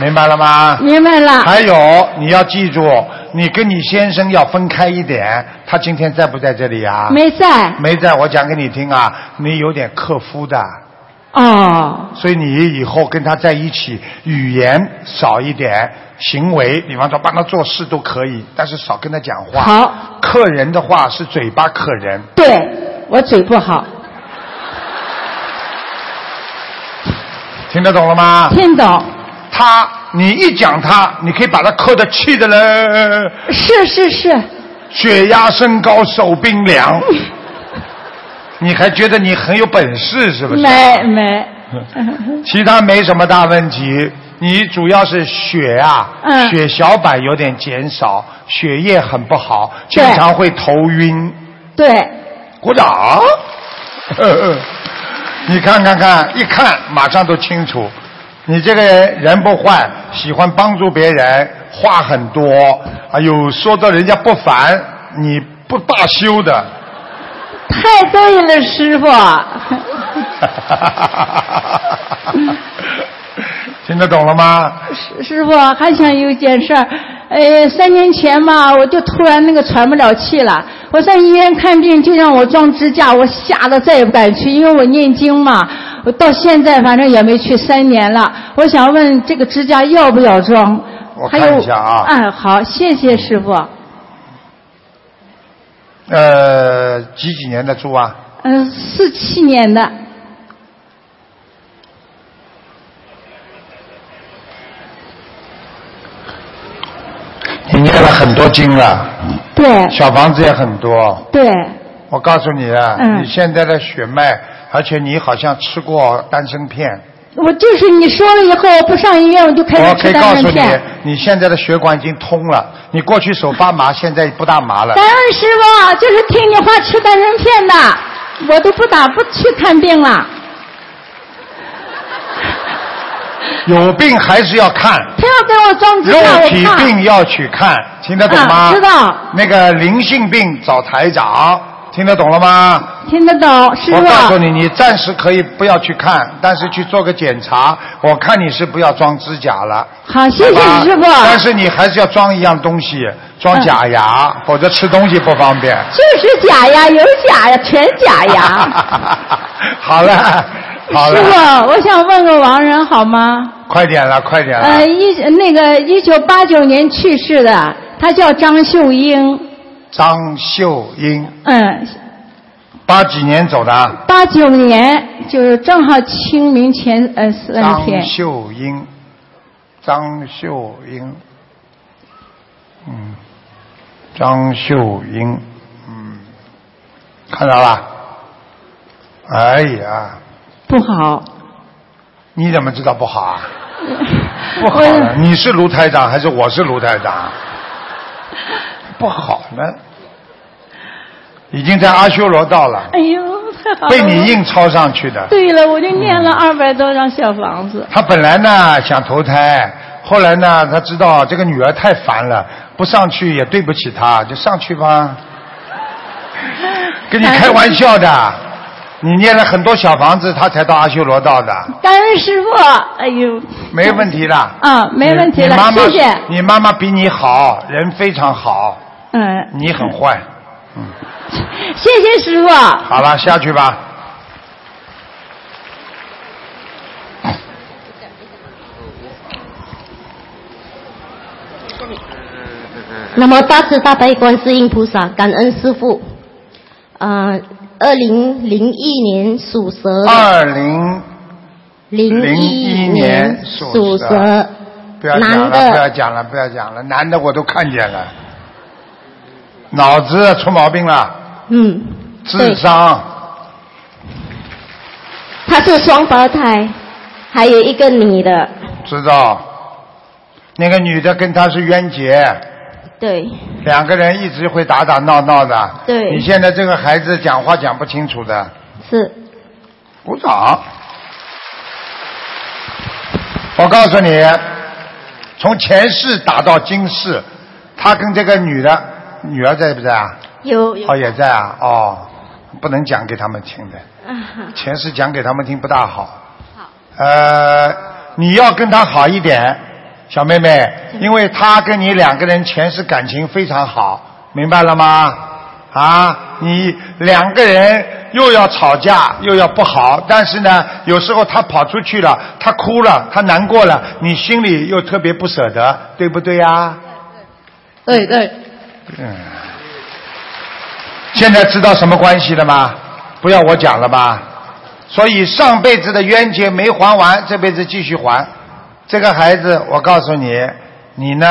B: 明白了吗？
F: 明白了。
B: 还有，你要记住，你跟你先生要分开一点。他今天在不在这里啊？
F: 没在
B: 没在，我讲给你听啊，你有点克夫的，
F: 哦，
B: 所以你以后跟他在一起，语言少一点，行为，比方说帮他做事都可以，但是少跟他讲话。
F: 好，
B: 克人的话是嘴巴克人，
F: 对我嘴不好，
B: 听得懂了吗？
F: 听懂？
B: 他，你一讲他，你可以把他克得气的嘞，
F: 是是是，
B: 血压升高，手冰 凉。你还觉得你很有本事是不是？
F: 没没，
B: 其他没什么大问题，你主要是血啊，
F: 嗯
B: 血小板有点减少，血液很不好，经
F: 对
B: 常会头晕。
F: 对，
B: 鼓掌。 你看看看，一看马上都清楚。你这个人人不坏，喜欢帮助别人，话很多。哎呦，说到人家不烦，你不罢休的。
F: 太对了，师傅。
B: 听得懂了吗？
F: 师师傅还想有一件事儿，呃，三年前吧，我就突然那个喘不了气了，我在医院看病就让我装支架，我吓得再也不敢去，因为我念经嘛，我到现在反正也没去三年了。我想问这个支架要不要装？
B: 我
F: 还有
B: 看一下啊
F: 哎，好，谢谢师傅。
B: 呃，几几年的猪啊？
F: 嗯、四七年的，
B: 你念了很多经了，
F: 对
B: 小房子也很多。
F: 对，
B: 我告诉你啊，
F: 嗯
B: 你现在的血脉，而且你好像吃过丹参片。
F: 我就是你说了以后，我不上医院我就开
B: 我
F: 始
B: 可
F: 吃
B: 以
F: 丹
B: 告
F: 参
B: 诉
F: 片。
B: 你，你现在的血管已经通了。你过去手发麻，现在不大麻了
F: 感。恩师傅，啊就是听你话吃丹参片的，我都不打不去看病了。
B: 有病还是要看，
F: 他要给我装支
B: 肉
F: 架，我
B: 体
F: 怕。
B: 病要去看，听得懂吗？
F: 嗯知道。
B: 那个灵性病找台长，听得懂了吗？
F: 听得懂，师
B: 我告诉
F: 傅。
B: 你，你暂时可以不要去看，但是去做个检查。我看你是不要装指甲了。
F: 好，谢谢
B: 好吧
F: 师傅。
B: 但是你还是要装一样东西，装假牙，
F: 嗯
B: 否则吃东西不方便。
F: 就是假牙，有假牙，全假牙。
B: 好了， 好
F: 师
B: 了，
F: 傅，我想问个亡人好吗？
B: 快点了，快点了。
F: 呃，一那个一九八九年去世的，他叫张秀英，
B: 张秀英，
F: 嗯，
B: 八几年走的？
F: 八九年就是正好清明前呃三天
B: 张。秀英，张秀英，嗯，张秀英，嗯，看到了？哎呀，
F: 不好，
B: 你怎么知道不好 啊？不好呢？你是卢台长还是我是卢台长？不好呢，已经在阿修罗道了，
F: 哎呦，太好了！
B: 被你硬抄上去的。
F: 对了，我就念了二百多张小房子。
B: 他本来呢想投胎，后来呢他知道这个女儿太烦了，不上去也对不起她，就上去吧。跟你开玩笑的，你念了很多小房子，他才到阿修罗道的，
F: 感恩师傅，哎呦，
B: 没问题的。
F: 啊没问题
B: 你
F: 了
B: 你妈妈
F: 谢谢
B: 你妈妈比你好，人非常好，
F: 嗯，
B: 你很坏。
F: 谢谢师傅。
B: 好了，下去吧。
G: 那么大慈大悲观世音菩萨，感恩师傅。呃，二零零一年属蛇，
B: 二零
G: 零
B: 01年
G: 年
B: 属
G: 属
B: 蛇
G: 蛇，
B: 不要讲
G: 男
B: 了，
G: 的
B: 不要讲了，不要讲了，男的我都看见了，脑子出毛病了，
G: 嗯，
B: 智
G: 对
B: 商
G: 他是双胞胎，还有一个女的，
B: 知道，那个女的跟他是冤结，
G: 对，
B: 两个人一直会打打闹闹的。
G: 对
B: 你现在这个孩子讲话讲不清楚的，
G: 是
B: 鼓掌。我告诉你，从前世打到今世，他跟这个女的女儿在不在啊？
G: 有有
B: 哦，也在啊，哦，不能讲给他们听的，
G: 啊，
B: 前世讲给他们听不大嗯好。呃，你要跟他好一点，小妹妹，因为他跟你两个人前世感情非常好，明白了吗？啊，你两个人又要吵架，又要不好，但是呢，有时候他跑出去了，他哭了，他难过了，你心里又特别不舍得，对不对呀、啊
E: 对对，
B: 嗯，现在知道什么关系了吗？不要我讲了吧。所以上辈子的冤结没还完，这辈子继续还。这个孩子，我告诉你，你呢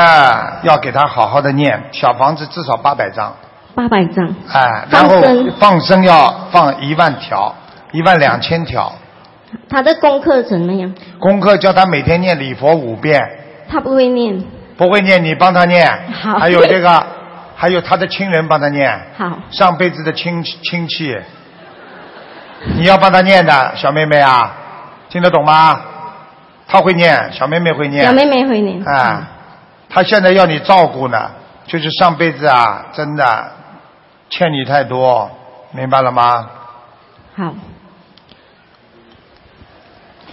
B: 要给他好好的念小房子，至少八百张，
G: 八百张，
B: 哎，然
G: 放
B: 后
G: 生
B: 放生要放一万条，一万两千条。
G: 他的功课怎么样？
B: 功课叫他每天念礼佛五遍，
G: 他不会念，
B: 不会念你帮他念。
G: 好
B: 还有这个，还有他的亲人帮他念。
G: 好，
B: 上辈子的亲亲戚，你要帮他念的，小妹妹啊，听得懂吗？他会念，小妹妹会念。
G: 小妹妹会念，
B: 啊，他现在要你照顾呢，就是上辈子啊，真的欠你太多，明白了吗？
G: 好，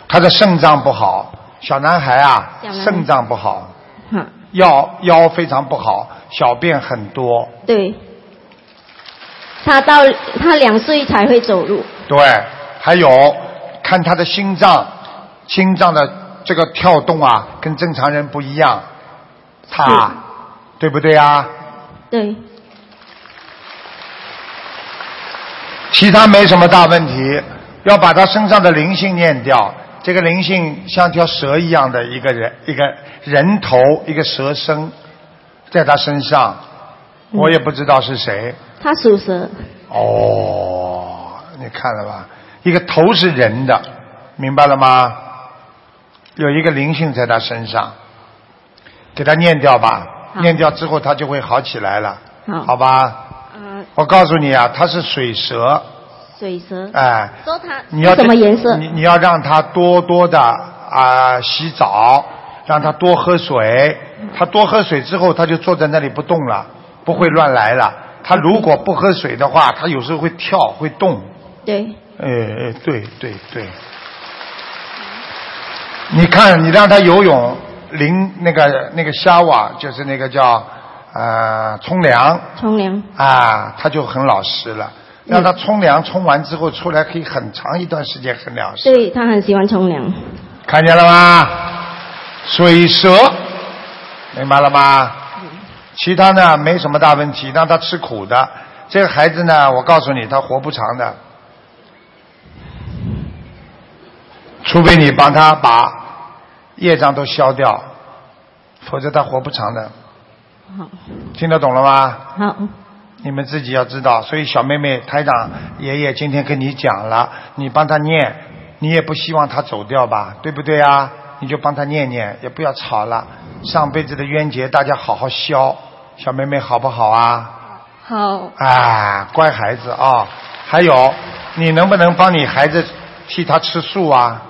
B: 他的肾脏不好，小男孩啊
G: 小男，孩
B: 肾脏不好，
G: 哈，
B: 腰腰非常不好，小便很多，
G: 对。他到他两岁才会走路，
B: 对，还有看他的心脏，心脏的这个跳动啊，跟正常人不一样，他，对不对啊？
G: 对，
B: 其他没什么大问题，要把他身上的灵性念掉。这个灵性像条蛇一样的一个人，一个人头，一个蛇身，在他身上，我也不知道是谁。
G: 他属蛇，
B: 哦，你看了吧？一个头是人的，明白了吗？有一个灵性在他身上，给他念掉吧，念掉之后他就会好起来了，
G: 好
B: 好吧？
G: 啊、
B: 我告诉你啊，他是水蛇，
G: 水蛇。
B: 哎，
G: 说他
B: 你要
G: 什么颜色？
B: 你你要让他多多的啊、洗澡，让他多喝水。他多喝水之后，他就坐在那里不动了，不会乱来了。他如果不喝水的话，他有时候会跳会动。
G: 对，
B: 哎哎，对对对。你看，你让他游泳，淋那个那个虾瓦，就是那个叫呃冲凉
G: 冲凉。
B: 啊，他就很老实了。让他冲凉，冲完之后出来可以很长一段时间很老实。
G: 对他很喜欢冲凉。
B: 看见了吗？水蛇，明白了吗？其他呢没什么大问题，让他吃苦的。这个孩子呢，我告诉你，他活不长的，除非你帮他把业障都消掉，否则他活不长的。
G: 好，
B: 听得懂了吗？
G: 好，
B: 你们自己要知道。所以小妹妹，台长爷爷今天跟你讲了，你帮他念，你也不希望他走掉吧，对不对啊？你就帮他念念，也不要吵了。上辈子的冤结，大家好好消。小妹妹好不好啊？
E: 好，
B: 啊，乖孩子啊、还有，你能不能帮你孩子替他吃素啊？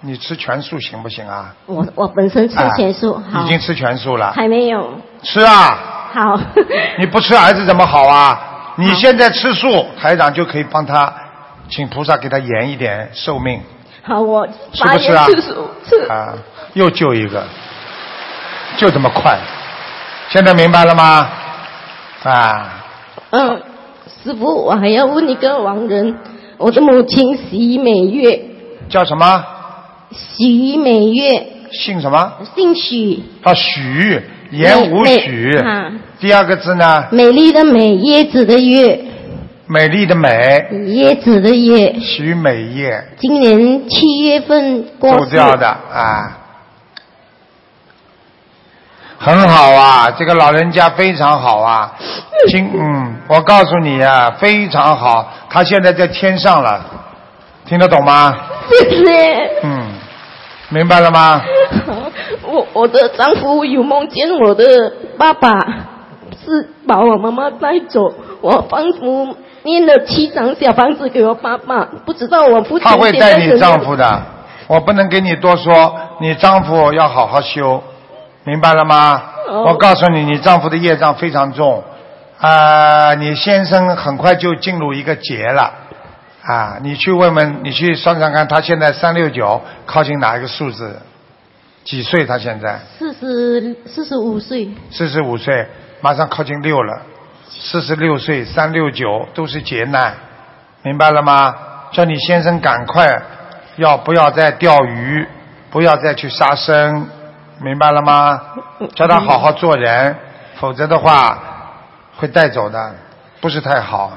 B: 你吃全素行不行啊？
G: 我我本身吃全素，
B: 已
G: 好，
B: 经吃全素了。
G: 还没有，
B: 吃啊！
G: 好，
B: 你不吃儿子怎么好啊？你
G: 嗯
B: 现在吃素，台长就可以帮他，请菩萨给他延一点寿命
G: 好，我
B: 是不是啊
G: 八月
B: 啊！又救一个，就这么快，现在明白了吗？啊，
G: 嗯，师傅，我还要问一个亡人，我的母亲徐美月，
B: 叫什么？
G: 徐美月，
B: 姓什么？
G: 姓许，
B: 啊，许言无
G: 美
B: 许
G: 美啊。
B: 第二个字呢？
G: 美丽的美，椰子的椰，
B: 美丽的美，
G: 椰子的椰，
B: 许美叶
G: 今年七月份过
B: 走
G: 世，
B: 掉的啊。很好啊，这个老人家非常好啊，今嗯，我告诉你啊，非常好，他现在在天上了，听得懂吗？
G: 谢谢。
B: 嗯，明白了吗？
G: 我我的丈夫有梦见我的爸爸是把我妈妈带走，我仿佛念了七张小房子给我爸爸，不知道我父亲
B: 他会
G: 现在
B: 带你
G: 怎么
B: 丈夫的，我不能跟你多说，你丈夫要好好修，明白了吗？
G: 哦
B: 我告诉你，你丈夫的业障非常重，啊、你先生很快就进入一个劫了，啊，你去问问，你去算算看，他现在三六九靠近哪一个数字？几岁？他现在
G: 四十四十五岁，
B: 四十五岁，马上靠近六了，四十六岁，三六九都是劫难，明白了吗？叫你先生赶快，要不要再钓鱼，不要再去杀生，明白了吗？叫他好好做人，否则的话会带走的，不是太好。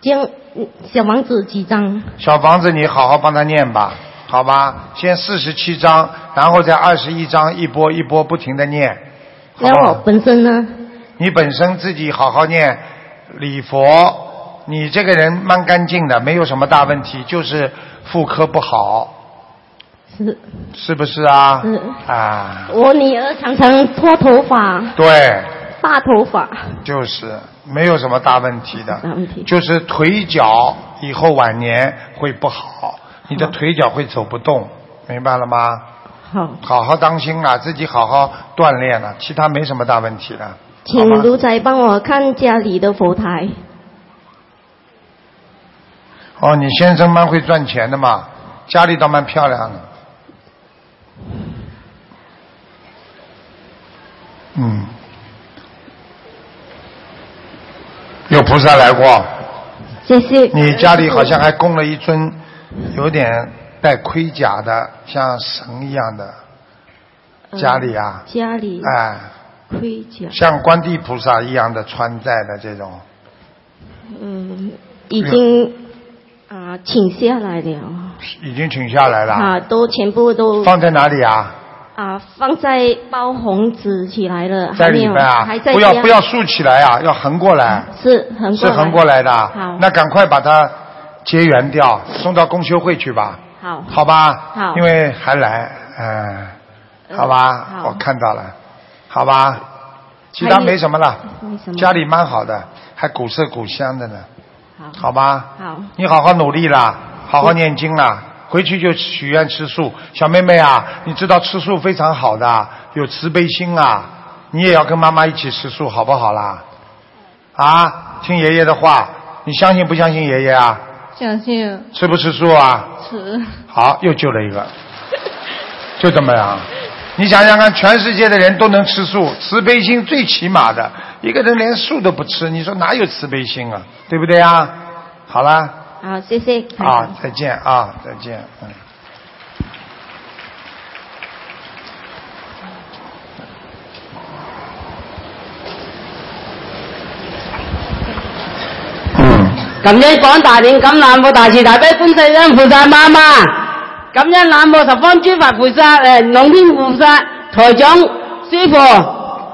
G: 这样嗯小房子几张？
B: 小房子，你好好帮他念吧，好吧？先四十七章，然后再二十一章，一波一波不停的念，好
G: 那
B: 不好？
G: 我本身呢？
B: 你本身自己好好念礼佛，你这个人蛮干净的，没有什么大问题，就是妇科不好，
G: 是
B: 是不是啊？
G: 是
B: 啊，
G: 我女儿常常脱头发、
B: 对，
G: 大头发，
B: 就是没有什么大问题的
G: 大问题，
B: 就是腿脚以后晚年会不好，你的腿脚会走不动，明白了吗？
G: 好，
B: 好好当心啊，自己好好锻炼啊，其他没什么大问题的。
G: 请
B: 好吗
G: 卢仔帮我看家里的佛台。
B: 哦，你先生蛮会赚钱的嘛，家里倒蛮漂亮的。嗯萨来过，
H: 谢谢。
B: 你家里好像还供了一尊有点带盔甲的，像神一样的。家里啊，
G: 嗯家里
B: 哎，
G: 盔甲，
B: 像观地菩萨一样的穿戴的这种，
G: 嗯，已经啊、请下来了
B: 已经请下来了。
G: 啊，都全部都
B: 放在哪里啊？
G: 啊放在包红纸起来了，
B: 在
G: 还没
B: 里
G: 有，
B: 面啊
G: 还在，
B: 不要
G: 家
B: 不要竖起来啊，要横过来。
G: 是横
B: 是横过来的啊
G: 好，
B: 那赶快把它结缘掉，送到公修会去吧，
G: 好
B: 好吧？
G: 好
B: 因为还来，嗯、好吧、
G: 好
B: 我看到了，好吧，其他
G: 还有
B: 没什么了，
G: 没什么
B: 家里蛮好的，还古色古香的呢，
G: 好
B: 好吧？
G: 好
B: 你好好努力啦，好好念经啦，回去就许愿吃素。小妹妹啊，你知道吃素非常好的，有慈悲心啊，你也要跟妈妈一起吃素，好不好啦？啊，听爷爷的话，你相信不相信爷爷啊？
I: 相信
B: 吃不吃素啊？
I: 是
B: 好，又救了一个，就这么样。你想想看，全世界的人都能吃素，慈悲心最起码的，一个人连素都不吃，你说哪有慈悲心啊？对不对啊？好啦。
G: 好，谢谢台长
B: 啊，再见啊，再见，嗯。
A: 感恩广大灵感南无大慈大悲观世音菩萨妈妈，感恩南無十方諸佛菩薩诶，龍天菩薩台長師傅，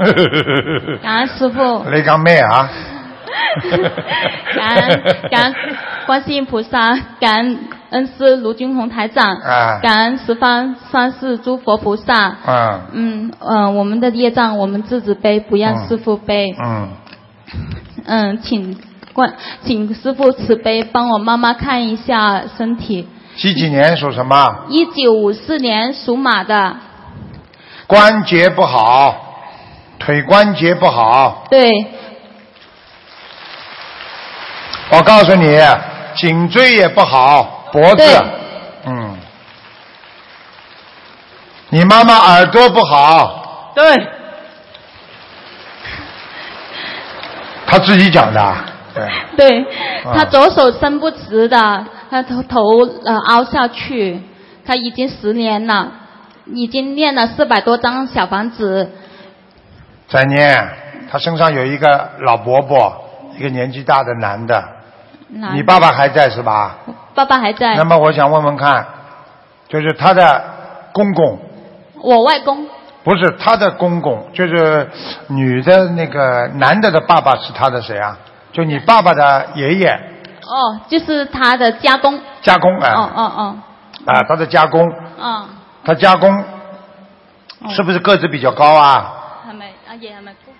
B: 嗯
I: 感恩师 傅，
B: 你讲咩啊？
I: 感恩感恩观世音菩萨，感恩恩师卢军宏台长，
B: 啊
I: 感恩十方三世诸佛菩萨。
B: 嗯
I: 嗯嗯、呃我们的业障我们自己背，不让师傅背。
B: 嗯，
I: 嗯，请观请师傅慈悲，帮我妈妈看一下身体。
B: 几几年属什么？
I: 一九五四年属马的，
B: 关节不好，腿关节不好。
I: 对，
B: 我告诉你，颈椎也不好，脖子
I: 对，
B: 嗯。你妈妈耳朵不好，
A: 對，
B: 她自己讲的。啊对，
I: 对
B: 啊
I: 他左手伸不直的，他头头呃凹下去，他已经十年了，已经念了四百多张小房子，
B: 再念，她身上有一个老伯
I: 嗯
B: 伯，一个年纪大的男的。
I: 那
B: 你爸爸还在是吧？
I: 爸爸还在
B: 那，么我想问问看，就是他的公公，
I: 我外公
B: 不是他的公公，就是女的那个男的的爸爸是他的谁啊？就你爸爸的爷爷
I: 哦，就是他的家公，哦
B: 家公啊、
I: 哦
B: 啊，他的家公，
I: 哦，哦，
B: 他家公是不是个子比较高啊？
I: 系咪阿爷系咪高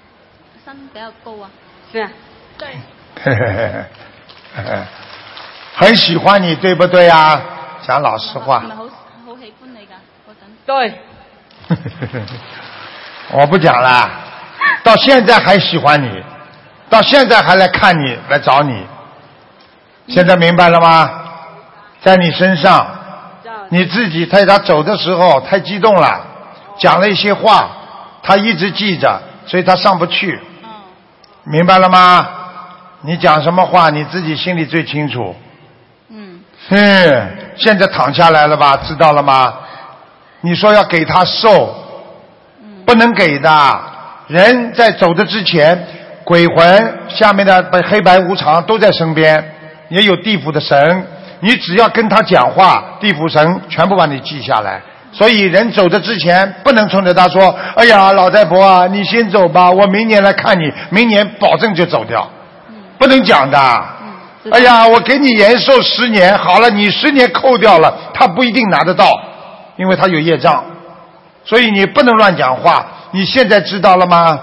I: 身比较高啊？
A: 是啊
I: 对，
B: 很喜欢你，对不对啊？讲老实话
I: 系嗯咪。好好喜欢你噶嗰阵？
A: 對，
B: 我不讲了，到现在还喜欢你，到现在还来看你，来找你。现在明白了吗？在你身上，你自己在他走的时候太激动了，讲了一些话，他一直记着，所以他上不去。明白了吗？你讲什么话，你自己心里最清楚。
I: 嗯，
B: 嗯，现在躺下来了吧？知道了吗？你说要给他受，不能给的。人在走的之前，鬼魂下面的白黑白无常都在身边，也有地府的神。你只要跟他讲话，地府神全部把你记下来。所以人走的之前，不能冲着他说：“哎呀，老太婆啊，你先走吧，我明年来看你，明年保证就走掉。”不能讲的。哎呀，我给你延寿十年，好了，你十年扣掉了，他不一定拿得到，因为他有业障，所以你不能乱讲话。你现在知道了吗？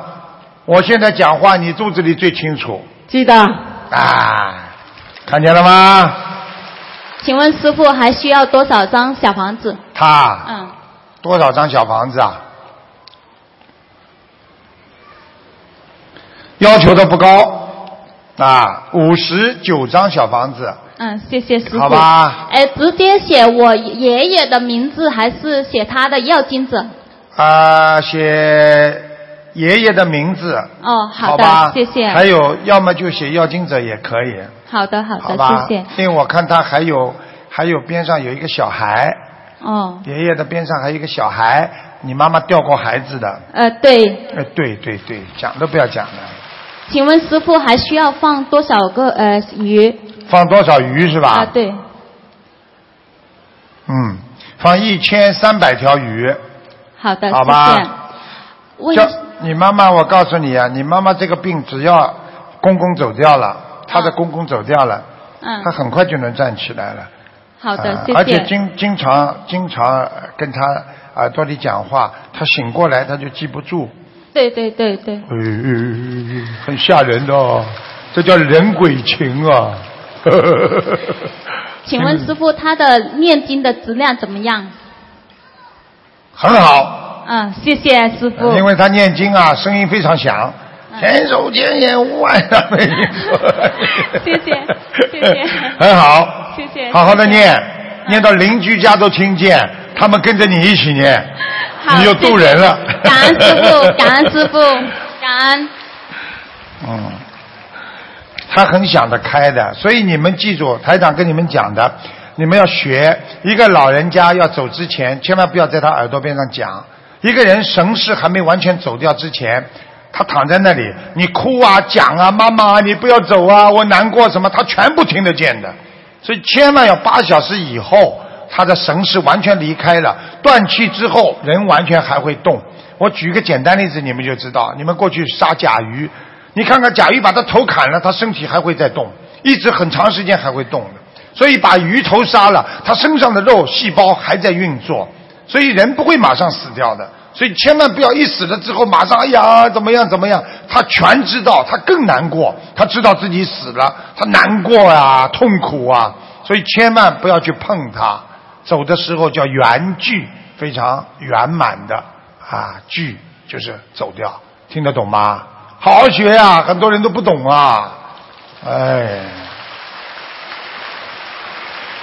B: 我现在讲话，你肚子里最清楚
A: 知道。
B: 啊，看见了吗？
I: 请问师傅还需要多少张小房子？
B: 他
I: 嗯，
B: 多少张小房子啊？要求的不高啊，五十九张小房子，
I: 嗯，谢谢师傅。
B: 好吧？
I: 哎，直接写我爷爷的名字，还是写他的要经者？
B: 啊，写爷爷的名字，
I: 哦，好
B: 吧
I: 的，，谢谢。
B: 还有，要么就写要经者也可以，
I: 好的，好
B: 好
I: 的，
B: 吧？
I: 谢谢。
B: 因为我看他还有还有边上有一个小孩，
I: 哦，
B: 爷爷的边上还有一个小孩，你妈妈掉过孩子的。
I: 呃，对，
B: 哎，对对对，讲都不要讲了，
I: 请问师傅还需要放多少个呃鱼
B: 放多少鱼是吧？
I: 啊？对，
B: 嗯，放一千三百条鱼，
I: 好的，
B: 好吧
I: 谢谢。问
B: 叫你妈妈，我告诉你啊，你妈妈这个病只要公公走掉了，她的公公走掉了，
I: 啊嗯
B: 她，很快就能站起来了。
I: 好的
B: 啊，
I: 谢
B: 而且
I: 谢。
B: 经经常经常跟她耳朵里讲话，她醒过来她就记不住，
I: 对对对对，
B: 哎很吓人的哦，这叫人鬼情啊。
I: 请问师傅他的念经的质量怎么样？
B: 很好，
I: 嗯，谢谢师傅。嗯
B: 因为他念经啊，声音非常响，千手千眼无万丈美音佛
I: 谢谢谢谢
B: 很好，
I: 谢谢
B: 好好的
I: 谢谢
B: 念，念到邻居家都听见，他们跟着你一起念，
I: 好
B: 你就渡人了
I: 谢谢。感恩师傅，感 恩师傅，感恩。
B: 嗯，他很想得开的，所以你们记住台长跟你们讲的，你们要学一个老人家要走之前，千万不要在他耳朵边上讲。一个人神识还没完全走掉之前，他躺在那里，你哭啊、讲啊、妈妈啊，你不要走啊，我难过什么，他全部听得见的。所以千万要八小时以后，他的神识完全离开了，断气之后人完全还会动。我举一个简单例子，你们就知道。你们过去杀甲鱼，你看看甲鱼把它头砍了，它身体还会再动，一直很长时间还会动的。所以把鱼头杀了，它身上的肉细胞还在运作，所以人不会马上死掉的。所以千万不要一死了之后马上哎呀怎么样怎么样，他全知道，他更难过，他知道自己死了，他难过啊，痛苦啊，所以千万不要去碰他。走的时候叫圆聚，非常圆满的啊，聚就是走掉，听得懂吗？好好学呀、很多人都不懂啊，哎，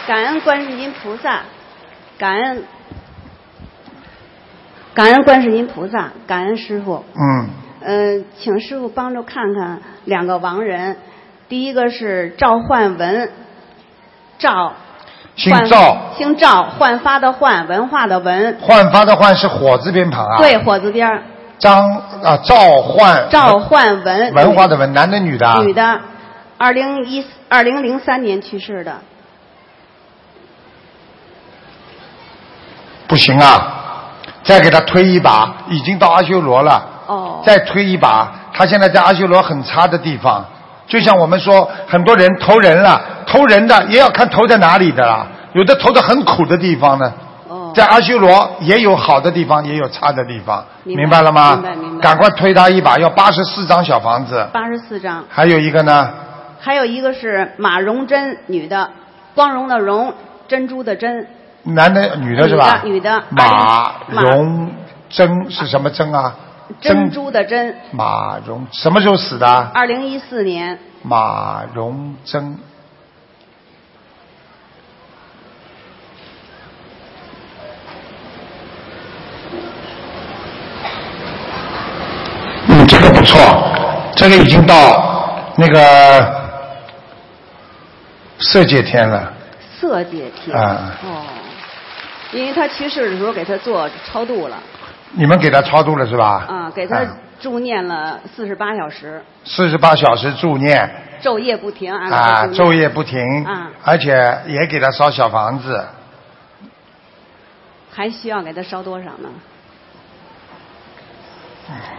C: 感恩观世音菩萨，感恩感恩观世音菩萨，感恩师傅。
B: 嗯，
C: 嗯、请师傅帮助看看两个亡人，第一个是赵焕文，赵
B: 姓
C: 焕
B: 赵，
C: 姓赵，焕发的焕，文化的文，
B: 焕发的焕是火字边旁啊，
C: 对，，火字边儿，
B: 张啊赵焕
C: 赵焕文，
B: 文化的文，男的女的啊？
C: 女的，二零一二零零三年去世的，
B: 不行啊，再给他推一把，已经到阿修罗了，
C: 哦，
B: 再推一把，他现在在阿修罗很差的地方。就像我们说，很多人投人了，投人的也要看投在哪里的啦，有的投的很苦的地方呢。
C: 哦，
B: 在阿修罗也有好的地方，也有差的地方，
C: 明白
B: 白了吗？
C: 明白明白
B: 赶快推他一把，要八十四张小房子，
C: 八十四章。
B: 还有一个呢，
C: 还有一个是马荣珍，女的，光荣的荣，珍珠的珍，
B: 男的女的是吧？
C: 女的女的
B: 马
C: 马
B: 荣珍是什么珍啊？
C: 珍珠的珍。
B: 马荣什么时候死的啊？
C: 二零一四年，
B: 马荣珍。嗯，这个不错，这个已经到那个色界天了。
C: 色界天。
B: 啊
C: 哦，因为他去世的时候给他做超度了，
B: 你们给他超度了是吧？
C: 啊，给他
B: 哎
C: 助念了四十八小时，
B: 四十八小时助念
C: 昼夜不停按照
B: 啊，
C: 他助
B: 昼
C: 念
B: 夜不停，
C: 啊
B: 而且也给他烧小房子，
C: 还需要给他烧多少呢？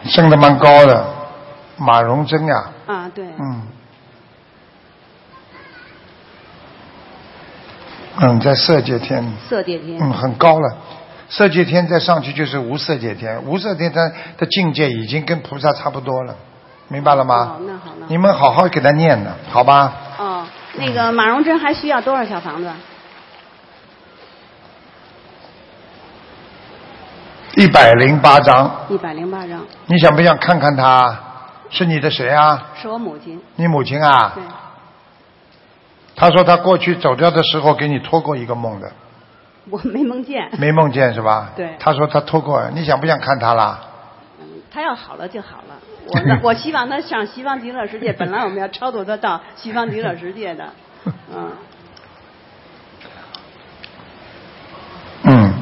B: 升的蛮高的。马荣珍呀、
C: 啊，对，
B: 嗯，嗯，在色界天，
C: 色界天。
B: 嗯，很高了。色界天再上去就是无色界天，无色界天的境界已经跟菩萨差不多了，明白了吗
C: 哦，？那好，那好
B: 你们好好给他念呢，好吧？
C: 哦，那个马荣珍还需要多少小房子？
B: 一百零八章，
C: 一百零八张，
B: 你想不想看看他？是你的谁啊？
C: 是我母亲。
B: 你母亲啊？
C: 对，
B: 他说他过去走掉的时候给你托过一个梦的，
C: 我没梦见。
B: 没梦见是吧？
C: 对
B: 他说他托过，你想不想看他啦？
C: 他要好了就好了。我 的我希望他上西方极乐世界，本来我们要超度他到西方极乐世界的，嗯。
B: 嗯，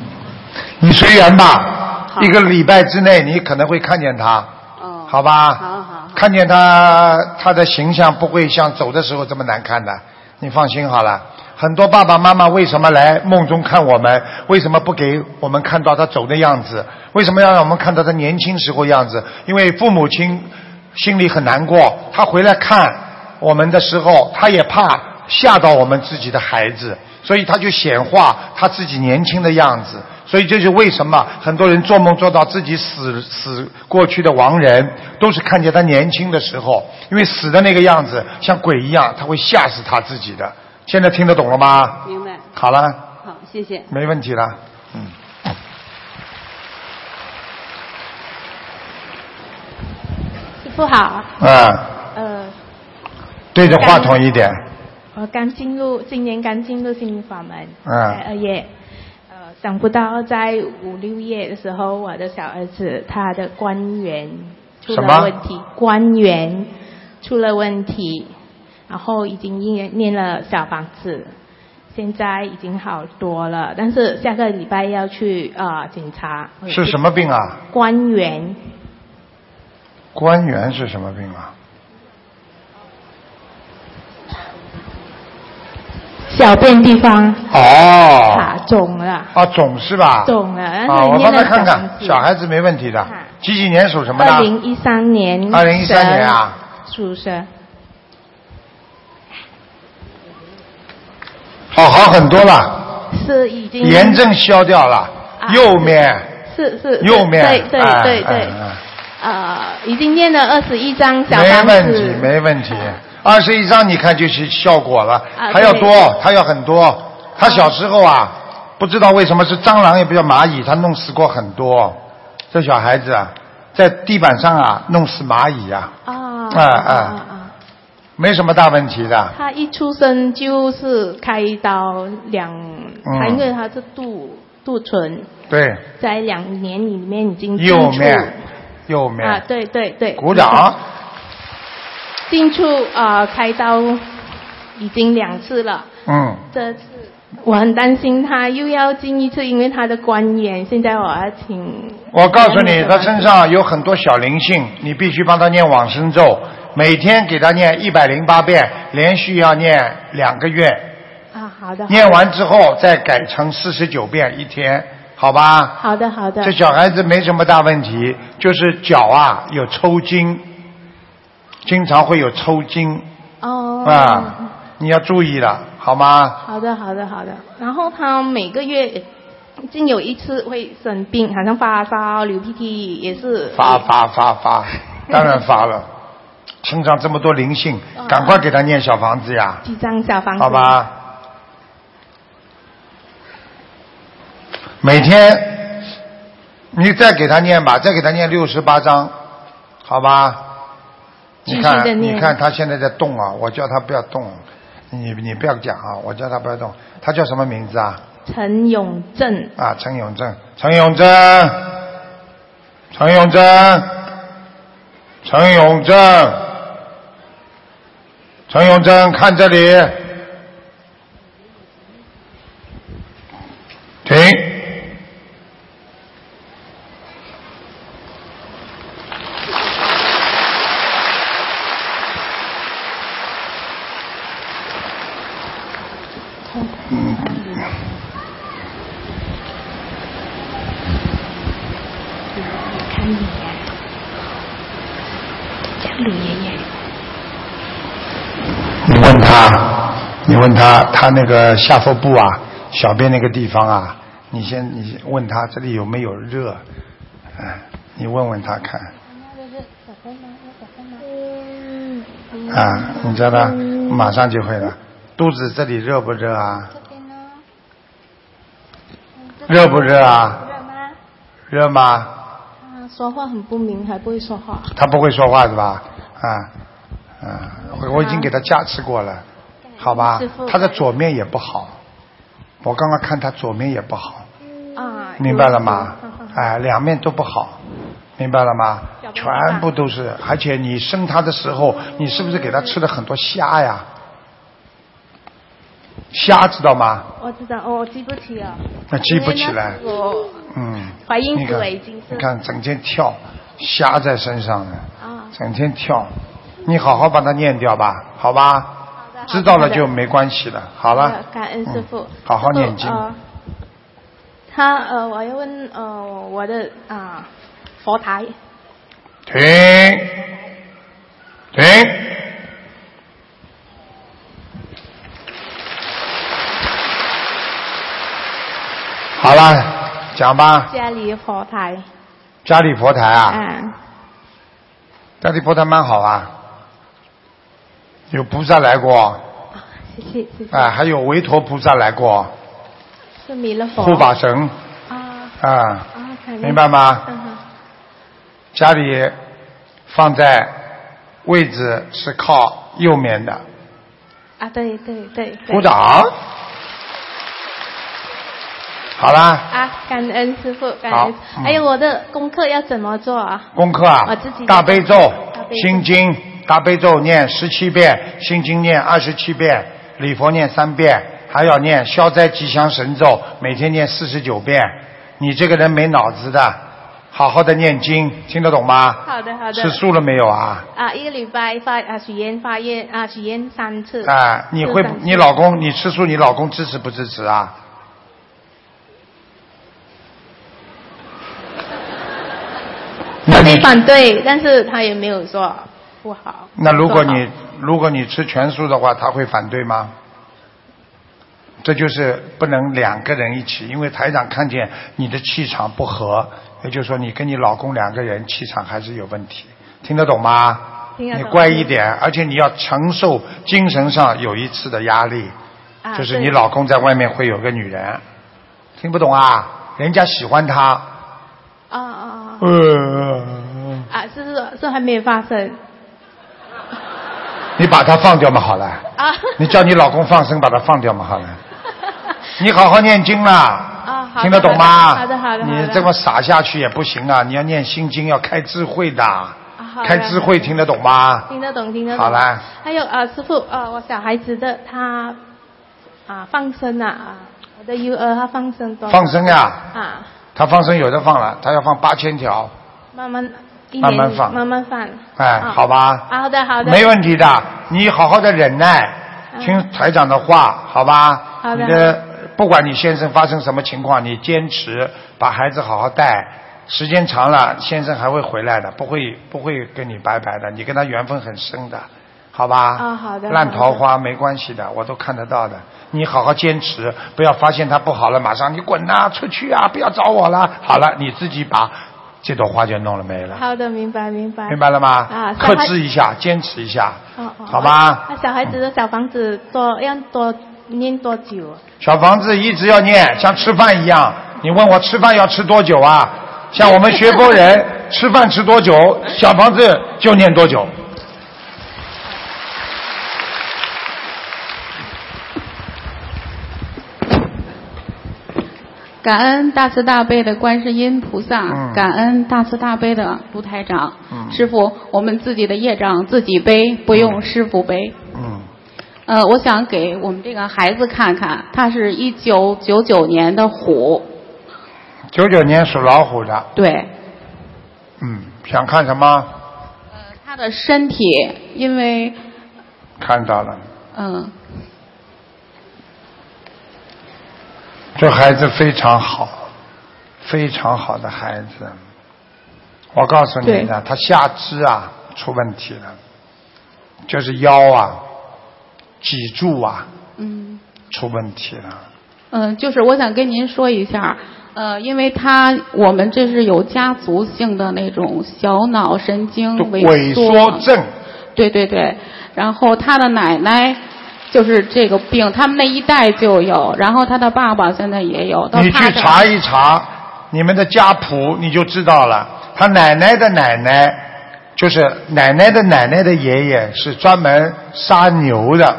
B: 你随缘吧，一个礼拜之内你可能会看见他，
C: 哦，
B: 好吧？
C: 好好，
B: 看见他他的形象不会像走的时候这么难看的，你放心好了。很多爸爸妈妈为什么来梦中看我们？为什么不给我们看到他走的样子？为什么要让我们看到他年轻时候样子？因为父母亲心里很难过，他回来看我们的时候，他也怕吓到我们自己的孩子，所以他就显化他自己年轻的样子。所以这是为什么很多人做梦做到自己死死过去的亡人，都是看见他年轻的时候，因为死的那个样子像鬼一样，他会吓死他自己的。现在听得懂了吗？
C: 明白，
B: 好了，
C: 好，谢谢。
B: 没问题了。嗯。
H: 师傅好，
B: 啊，
H: 呃，
B: 对着话筒一点。
H: 我刚进入，今年刚进入心灵法门，
B: 嗯
H: 在二月，呃，想不到在五六月的时候，我的小儿子他的官员出
B: 什么
H: 了问题，官员出了问题，然后已经念念了小房子，现在已经好多了，但是下个礼拜要去呃检查
B: 是什么病啊？
H: 官员
B: 官员是什么病啊？
H: 小便地方
B: 哦，
H: 卡肿了，
B: 啊，肿是吧？
H: 肿了，但
B: 啊，
H: 是
B: 我
H: 念
B: 帮他看看
H: 了小房，子
B: 小孩子没问题的。几几年属什么的？
H: 嗯二零一三年，
B: 2013年啊，
H: 属蛇，
B: 哦，好很多了，
H: 是已经
B: 炎症消掉了，右面
H: 是是是
B: 右面，
H: 啊对
B: 哎
H: 对对对，
B: 哎哎
H: 呃，已经念了二十一张小
B: 没
H: 房
B: 问题，
H: 子，
B: 没问题。二十一张你看就是效果了，
H: 啊
B: 还要
H: 对
B: 多，还要很多。他小时候啊，不知道为什么是蟑螂也不叫蚂蚁，他弄死过很多。这小孩子啊，在地板上啊弄死蚂蚁啊，
H: 啊
B: 啊啊，没什么大问题的。
H: 他一出生就是开刀两，他因为他是肚肚唇，
B: 对，
H: 在两年里面已经进
B: 右
H: 出
B: 面，右
H: 啊，
B: 面，
H: 对对对，
B: 鼓掌。
H: 进出呃开刀已经两次了，
B: 嗯，
H: 这次我很担心他又要进一次，因为他的关眼，现在我要请
B: 我告诉你，
H: 嗯
B: 他身上有很多小灵性，你必须帮他念往生咒，每天给他念一百零八遍，连续要念两个月。
H: 啊，好的，好的
B: 念完之后再改成四十九遍一天，好吧？
H: 好的好的
B: 这，小孩子没什么大问题，就是脚啊有抽筋，经常会有抽筋
H: 哦，
B: 啊，你要注意了，好吗？
H: 好的好的好的，然后他每个月。已经有一次会生病，好像发烧、流鼻涕，也是
B: 发发发发，当然发了，身上这么多灵性，赶快给他念小房子呀，
H: 几张小房子。
B: 好，吧？每天你再给他念吧，再给他念六十八章，好吧？你
H: 继续地
B: 看，
H: 念
B: 你看他现在在动啊，我叫他不要动，你你不要讲啊，我叫他不要动。他叫什么名字啊？
H: 陈永正，
B: 啊，陈永正，陈永正，陈永正，陈永正，陈永正，看这里，停。你问他，你问他，他那个下腹部啊，小便那个地方啊，你先你先问他这里有没有热，嗯，你问问他看。
H: 嗯
B: 啊，你叫他马上就会了。肚子这里热不热啊？热不热啊？热吗？
H: 他说话很不明，还不会说话。
B: 他不会说话是吧？啊啊，我我已经给他加持过了，好吧
H: 啊师父？
B: 他的左面也不好，我刚刚看他左面也不好，
H: 啊，
B: 明白了吗
H: 有？
B: 哎，两面都不好，明白了吗？
H: 小朋友啊
B: 全部都是，而且你生他的时候，你是不是给他吃了很多虾呀？虾知道吗？
H: 我知道，哦，我记不起了。
B: 那记不起来
H: 因为那时候
B: 嗯，
H: 怀孕
B: 你看
H: 时已经是
B: 你看整天跳，虾在身上呢，
H: 啊
B: 整天跳，你好好把它念掉吧，好吧？知道了就没关系了，好
H: 好
B: 了
H: 的，感恩师傅
B: 嗯，好好念经
H: 师父呃他呃，我要问呃，我的啊、佛台
B: 停，嗯停。好了，讲吧。
H: 家里佛台
B: 家里佛台啊，
H: 啊，
B: 家里佛台蛮好啊，有菩萨来过，
H: 谢谢谢谢，
B: 哎，还有韦陀菩萨来过，
H: 是弥勒佛
B: 护法神
H: 啊
B: 哦啊，
H: 啊，感恩
B: 明白吗？
H: 嗯哼
B: 家里放在位置是靠右面的，
H: 啊，对对对，对
B: 鼓掌。好啦，
H: 啊，感恩师傅，感
B: 好
H: 恩。
B: 嗯
H: 还有我的功课要怎么做啊？
B: 功课啊
H: 我自己，
B: 大悲咒
H: 大悲、咒
B: 心经，大悲咒念十七遍，心经念二十七遍，礼佛念三遍，还要念消灾吉祥神咒，每天念四十九遍。你这个人没脑子的，好好的念经，听得懂吗？
H: 好的好的
B: 吃素了没有啊？
H: 啊，一个礼拜发啊许愿发愿啊许愿三次
B: 啊，你会
H: 是的
B: 你老公，你吃素，你老公支持不支持啊？那
H: 他
B: 你
H: 没反对，但是他也没有说不好。
B: 那如果你
H: 说
B: 如果你吃全素的话，他会反对吗？这就是不能两个人一起，因为台长看见你的气场不合，也就是说你跟你老公两个人气场还是有问题，听得懂吗？
H: 听得
B: 你
H: 懂嗯
B: 乖一点，而且你要承受精神上有一次的压力，
H: 好啊
B: 就是
H: 对
B: 你老公在外面会有个女人，听不懂啊？人家喜欢他，
H: 啊啊啊
B: 呃，
H: 啊，是是是还没有发生
B: 你把他放掉嘛，好 了。
H: 啊
B: 你叫你老公放生，把它放掉嘛，好了。你好好念经啦，
H: 啊，好的
B: 听得懂吗？
H: 好的好的好的，
B: 你这么傻下去也不行啊！你要念心经，要开智慧的，
H: 啊好的
B: 开智慧听得懂吗？
H: 听得懂听得懂。
B: 好啦。
H: 还有啊，师傅啊，我小孩子的他啊放生啊啊，我的幼儿他放生多
B: 嗯
H: 少
B: 放生呀、
H: 啊，
B: 他放生有的放了，他要放八千条，
H: 慢慢一
B: 慢
H: 年
B: 慢放
H: 慢慢放。
B: 哎，
H: 啊
B: 好吧。
H: 好的好的，
B: 没问题的，你好好的忍耐，
H: 嗯
B: 听台长的话，好吧？
H: 好的
B: 你的不管你先生发生什么情况，你坚持把孩子好好带，时间长了，先生还会回来的，不会不会跟你拜拜的，你跟他缘分很深的，好吧？
H: 啊好的
B: 烂
H: 好的
B: 桃花没关系的，我都看得到的。你好好坚持，不要发现他不好了，马上你滚呐、出去啊，不要找我了。好了，你自己把这朵花就弄了没了。
H: 好的，明白明白。
B: 明白了吗？
H: 啊
B: 克
H: 小孩
B: 制一下，坚持一下，
H: 哦哦
B: 好吧？
H: 那小孩子的小房子多要多念多久啊？
B: 小房子一直要念，像吃饭一样。你问我吃饭要吃多久啊？像我们学佛人吃饭吃多久，小房子就念多久。
J: 感恩大慈大悲的观世音菩萨，
B: 嗯
J: 感恩大慈大悲的卢台长、
B: 嗯
J: 师傅。我们自己的业障自己背，不用师傅背。
B: 嗯，
J: 呃，我想给我们这个孩子看看，他是一九九九年的虎，
B: 九九年属老虎的，
J: 对，
B: 嗯，想看什么？
J: 呃，他的身体因为
B: 看到了，
J: 嗯、呃
B: 这孩子非常好，非常好的孩子。我告诉你的，他下肢啊出问题了，就是腰啊、脊柱啊
J: 嗯
B: 出问题了。
J: 嗯、就是我想跟您说一下。呃，因为他我们这是有家族性的那种小脑神经
B: 就
J: 萎
B: 萎缩症，
J: 对对对，然后他的奶奶就是这个病，他们那一代就有，然后他的爸爸现在也有，到
B: 你
J: 他
B: 去
J: 这儿
B: 查一查你们的家谱，你就知道了。他奶奶的奶奶，就是奶奶的奶奶的爷爷，是专门杀牛的，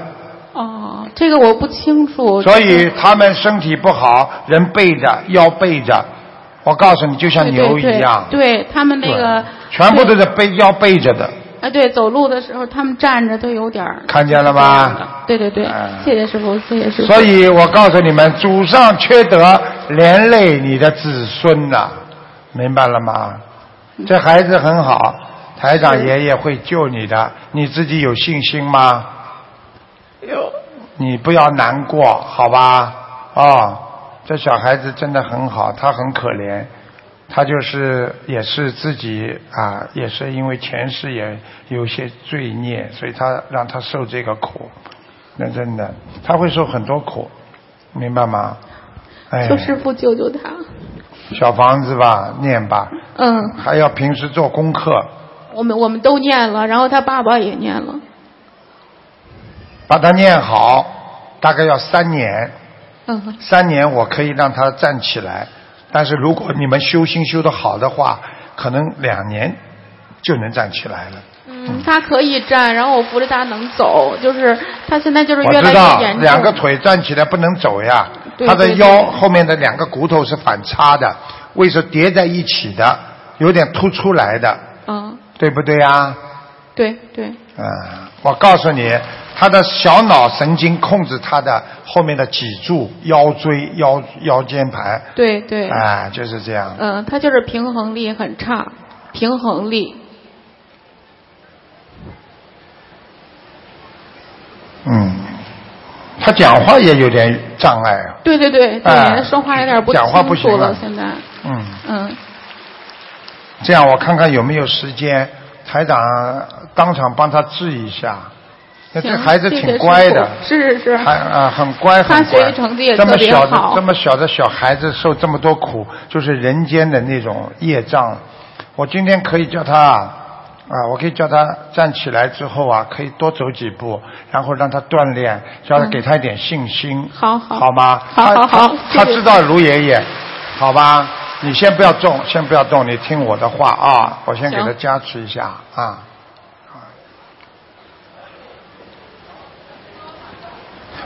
J: 哦，这个我不清楚。
B: 所以他们身体不好，人背着腰背着，我告诉你，就像牛一样，
J: 对对他们那个
B: 全部都是背腰背着的，
J: 啊，对，走路的时候他们站着都有点儿。
B: 看见了吧？
J: 对对对，谢谢师傅，谢谢师傅。
B: 哎所以我告诉你们，祖上缺德，连累你的子孙呐、明白了吗？这孩子很好，台长爷爷会救你的，你自己有信心吗？
G: 有。
B: 你不要难过，好吧？哦，这小孩子真的很好，他很可怜，他就是也是自己啊，也是因为前世也有些罪孽，所以他让他受这个苦。那真的，他会受很多苦，明白吗？哎
J: 求，师傅救救他。
B: 小房子吧，念吧，
J: 嗯，
B: 还要平时做功课，
J: 我们我们都念了，然后他爸爸也念了。
B: 把它念好，大概要三年。
J: 嗯，
B: 三年我可以让他站起来，但是如果你们修心修得好的话，可能两年就能站起来了。
J: 嗯，他可以站，然后我扶着他能走，就是他现在就是
B: 我
J: 越来
B: 知道
J: 越严重。
B: 两个腿站起来不能走呀，
J: 对
B: 他的
J: 对对
B: 腰后面的两个骨头是反插的，胃是叠在一起的，有点凸出来的，
A: 哦
J: 嗯，
B: 对不对呀？
J: 对对，
B: 嗯，我告诉你，他的小脑神经控制他的后面的脊柱、腰椎、腰腰间盘，
J: 对对，
B: 啊，就是这样。
J: 嗯、他就是平衡力很差，平衡力。
B: 嗯，他讲话也有点障碍啊。
J: 对对对对，
B: 哎
J: 说话有点不
B: 讲话不
J: 清楚
B: 行了
J: 了，现在，
B: 嗯，
J: 嗯，
B: 这样我看看有没有时间，台长当场帮他治一下。那这
J: 行
B: 孩子
J: 谢谢
B: 挺
J: 师
B: 乖
J: 傅
B: 的，
J: 是是是，
B: 还啊很乖很
J: 他
B: 乖。
J: 学习成绩也
B: 这么
J: 特别
B: 小的
J: 好
B: 这么小的小孩子受这么多苦，就是人间的那种业障。我今天可以叫他啊，啊我可以叫他站起来之后啊，可以多走几步，然后让他锻炼，叫他
J: 嗯
B: 给他一点信心。
J: 好好
B: 好吗？
J: 好
B: 他
J: 好
B: 他
J: 好
B: 他
J: 谢谢
B: 知道卢爷爷，好吧？你先不要动，先不要动，你听我的话啊，我先给他
J: 行
B: 加持一下啊。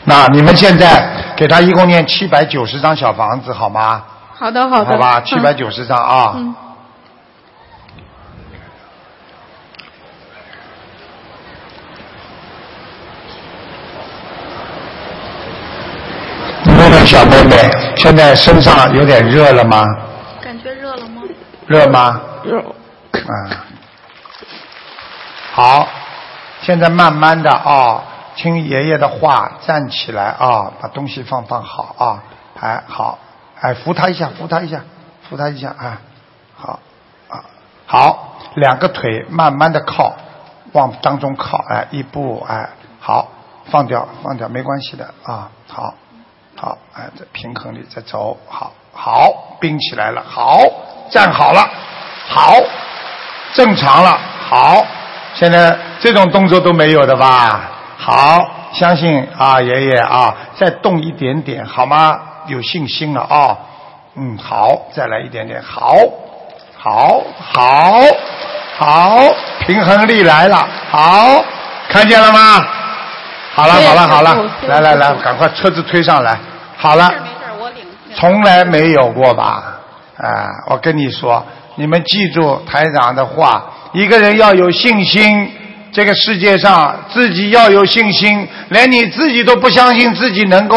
B: 那你们现在给他一共念七百九十张小房子，好吗？
J: 好的好的，
B: 吧，
J: 嗯
B: 七百九十张啊。
J: 嗯
B: 那个小妹妹，现在身上有点热了吗？
J: 感觉热了吗？
B: 热吗？
J: 热。
B: 啊。好，现在慢慢的啊，听爷爷的话，站起来啊，把东西放放好啊，哎好，哎扶他一下，扶他一下，扶他一下啊，好啊好，两个腿慢慢的靠，往当中靠，哎一步哎好，放掉放掉没关系的啊，好好哎这平衡里再走，好好冰起来了，好站好了，好正常了，好，现在这种动作都没有的吧？好，相信啊，爷爷啊，再动一点点好吗？有信心了啊，嗯，好，再来一点点，好，好，好，好，平衡力来了，好，看见了吗？好了，
J: 谢谢
B: 好了，好
J: 师
B: 了
J: 傅，谢谢
B: 来来来
J: 师，傅
B: 赶快车子推上来，好了。从来没有过吧？啊，我跟你说，你们记住台长的话，一个人要有信心。这个世界上自己要有信心，连你自己都不相信自己能够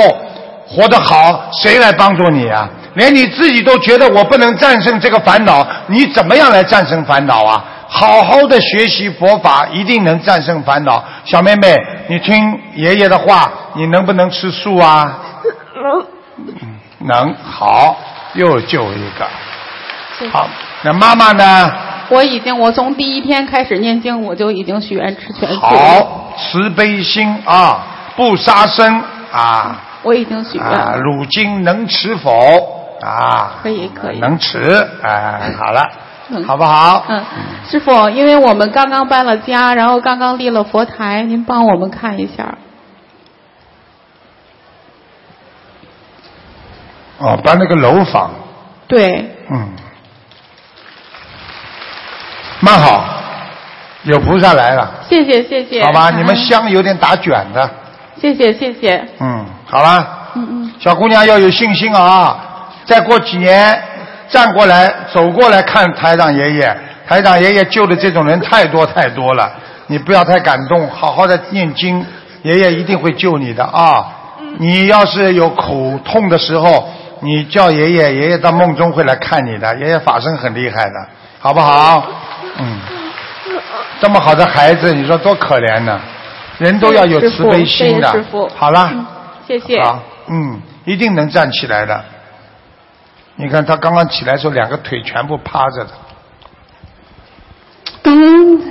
B: 活得好，谁来帮助你啊？连你自己都觉得我不能战胜这个烦恼，你怎么样来战胜烦恼啊？好好的学习佛法，一定能战胜烦恼。小妹妹，你听爷爷的话，你能不能吃素啊？
G: 嗯
B: 能好，又救一个。
J: 谢谢
B: 好，那妈妈呢？
J: 我已经，我从第一天开始念经，我就已经许愿吃全素。，
B: 好，慈悲心啊，不杀生啊
J: 我已经许愿
B: 啊，
J: 了。
B: 乳精能吃否啊？
J: 可以可以
B: 能吃啊，好了，
J: 嗯
B: 好不好？
J: 嗯，师傅，因为我们刚刚搬了家，然后刚刚立了佛台，您帮我们看一下。
B: 哦，搬了个楼房，
J: 对，
B: 嗯，蛮好，有菩萨来了，
J: 谢谢谢谢。
B: 好吧？你们
J: 嗯
B: 香有点打卷的，
J: 谢谢谢谢。
B: 嗯，好了。
J: 嗯嗯，
B: 小姑娘要有信心啊！再过几年，站过来走过来看台长爷爷，台长爷爷救的这种人太多太多了，你不要太感动，好好的念经，爷爷一定会救你的啊！你要是有苦痛的时候，你叫爷爷，爷爷到梦中会来看你的，爷爷法身很厉害的，好不好？嗯，这么好的孩子，你说多可怜呢、人都要有
E: 谢谢
B: 慈悲心的
E: 师父谢谢师父。嗯
B: 好了。
E: 谢谢。
B: 好，嗯，一定能站起来的。你看他刚刚起来的时候，两个腿全部趴着的。
K: 感恩，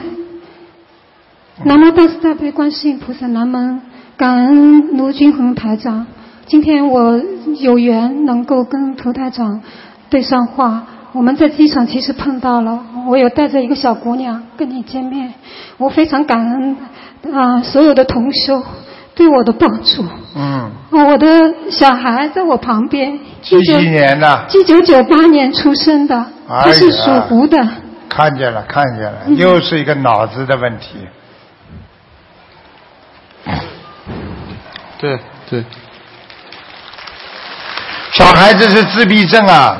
K: 南无大慈大悲观世音菩萨，南无感恩卢军红台长。今天我有缘能够跟涂台长对上话，我们在机场其实碰到了，我有带着一个小姑娘跟你见面，我非常感恩啊、所有的同修对我的帮助。哦
B: 嗯，
K: 我的小孩在我旁边，
B: 几几年的，
K: 一九九八年出生的，
B: 啊
K: 他是属虎的。
B: 看见了，看见了，
K: 嗯
B: 又是一个脑子的问题。对对，小孩子是自闭症啊，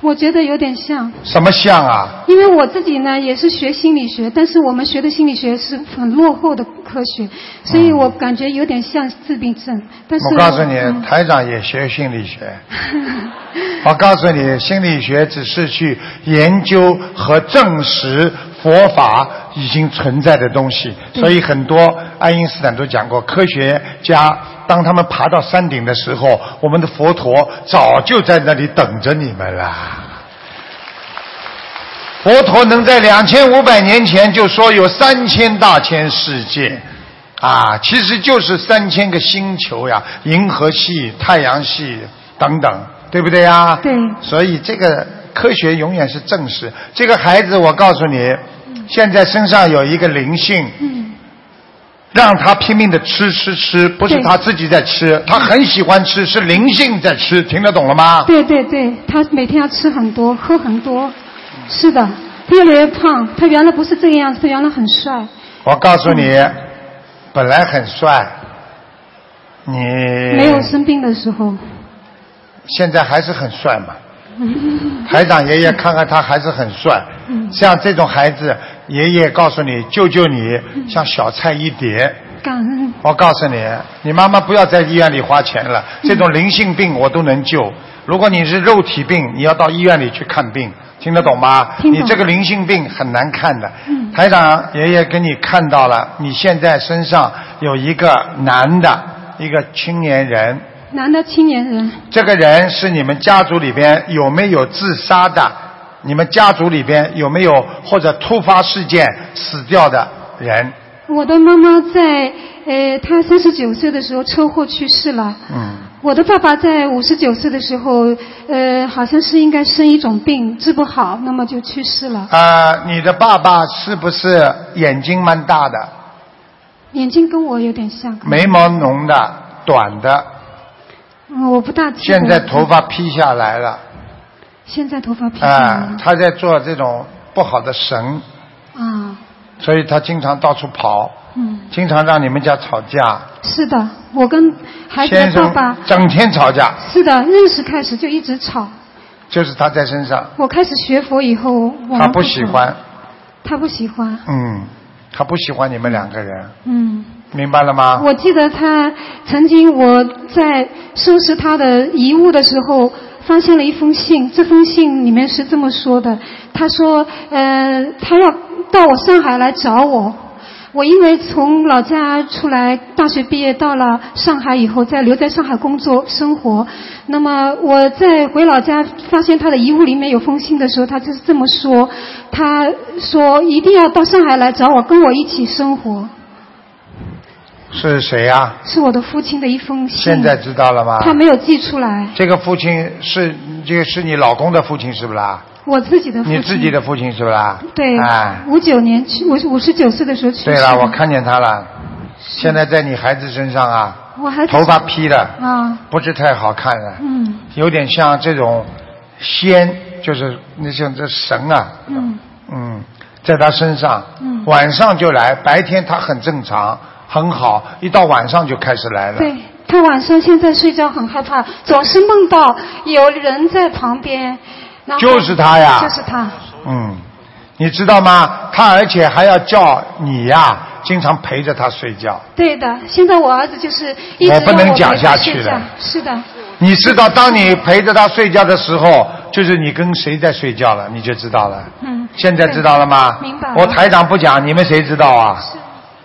K: 我觉得有点像，
B: 什么像啊？
K: 因为我自己呢也是学心理学，但是我们学的心理学是很落后的科学，所以我感觉有点像自闭症。但是
B: 我告诉你，
K: 嗯
B: 台长也学心理 学。我告诉你，心理学只是去研究和证实佛法已经存在的东西，
K: 嗯
B: 所以很多爱因斯坦都讲过，科学家当他们爬到山顶的时候，我们的佛陀早就在那里等着你们啦。佛陀能在两千五百年前就说有三千大千世界，啊，其实就是三千个星球呀，银河系、太阳系等等，对不对呀？对。所以这个科学永远是证实。这个孩子，我告诉你，现在身上有一个灵性，
K: 嗯
B: 让他拼命的吃吃吃，不是
K: 对
B: 他自己在吃，他很喜欢吃，是灵性在吃，听得懂了吗？
K: 对对对，他每天要吃很多，喝很多，是的，越来越胖。他原来不是这个样子，他原来很帅。
B: 我告诉你，本来很帅，你
K: 没有生病的时候，
B: 现在还是很帅 嘛。台长爷爷看看他还是很帅，像这种孩子，爷爷告诉你救救你，
K: 嗯
B: 像小菜一碟。
K: 感恩。
B: 我告诉你，你妈妈不要在医院里花钱了，
K: 嗯
B: 这种灵性病我都能救。如果你是肉体病，你要到医院里去看病，听得懂吗？
K: 听懂
B: 你这个灵性病很难看的。
K: 嗯
B: 台长爷爷给你看到了，你现在身上有一个男的，一个青年人，
K: 男的青年人，
B: 这个人是你们家族里边有没有自杀的？你们家族里边有没有或者突发事件死掉的人？
K: 我的妈妈在呃，她三十九岁的时候车祸去世了。
B: 嗯，
K: 我的爸爸在五十九岁的时候，呃，好像是应该生一种病，治不好，那么就去世了，
B: 啊，你的爸爸是不是眼睛蛮大的，
K: 眼睛跟我有点像。
B: 眉毛浓的、短的，
K: 嗯，我不大记得
B: 现在头发披下来 了？
K: 现在头发披下来
B: 啊
K: 了，
B: 他在做这种不好的神，
K: 啊，
B: 所以他经常到处跑，
K: 嗯，
B: 经常让你们家吵架，
K: 是的，我跟孩子
B: 先
K: 的爸
B: 生
K: 爸
B: 整天吵架，
K: 是的，认识开始就一直吵。
B: 就是他在身上，
K: 我开始学佛以后，我们
B: 他不喜欢。
K: 吵，他不喜欢，
B: 嗯，他不喜欢你们两个人，
K: 嗯。
B: 明白了吗？
K: 我记得他曾经我在收拾他的遗物的时候，发现了一封信。这封信里面是这么说的：他说，呃，他要到我上海来找我。我因为从老家出来，大学毕业到了上海以后，在留在上海工作生活。那么我在回老家发现他的遗物里面有封信的时候，他就是这么说：他说一定要到上海来找我，跟我一起生活。
B: 是谁呀、
K: 是我的父亲的一封信。
B: 现在知道了吗？
K: 嗯他没有寄出来，
B: 这个父亲是这个是你老公的父亲是不啦？
K: 我自己的父亲。
B: 你自己的父亲是不啦？
K: 对
B: 哎，，
K: 五九、年去，我五十九岁的时候去世
B: 对
K: 的。
B: 了，我看见他了，现在在你孩子身上啊，
K: 我还
B: 头发披了，
K: 啊，
B: 不是太好看了，
K: 嗯
B: 有点像这种仙，就是那像这神啊，
K: 嗯
B: 嗯，在他身上，
K: 嗯
B: 晚上就来，白天他很正常，很好，一到晚上就开始来了，
K: 对，他晚上现在睡觉很害怕，总是梦到有人在旁边。然后
B: 就是他呀
K: 就是他。
B: 嗯，你知道吗？他而且还要叫你呀、经常陪着他睡觉。
K: 对的，现在我儿子就是一直
B: 我不能
K: 让
B: 讲
K: 陪
B: 下
K: 他
B: 去
K: 睡
B: 了
K: 觉。是的，
B: 你知道，当你陪着他睡觉的时候，就是你跟谁在睡觉了，你就知道了。
K: 嗯。
B: 现在知道了吗？
K: 明白了
B: 我台长不讲，你们谁知道啊？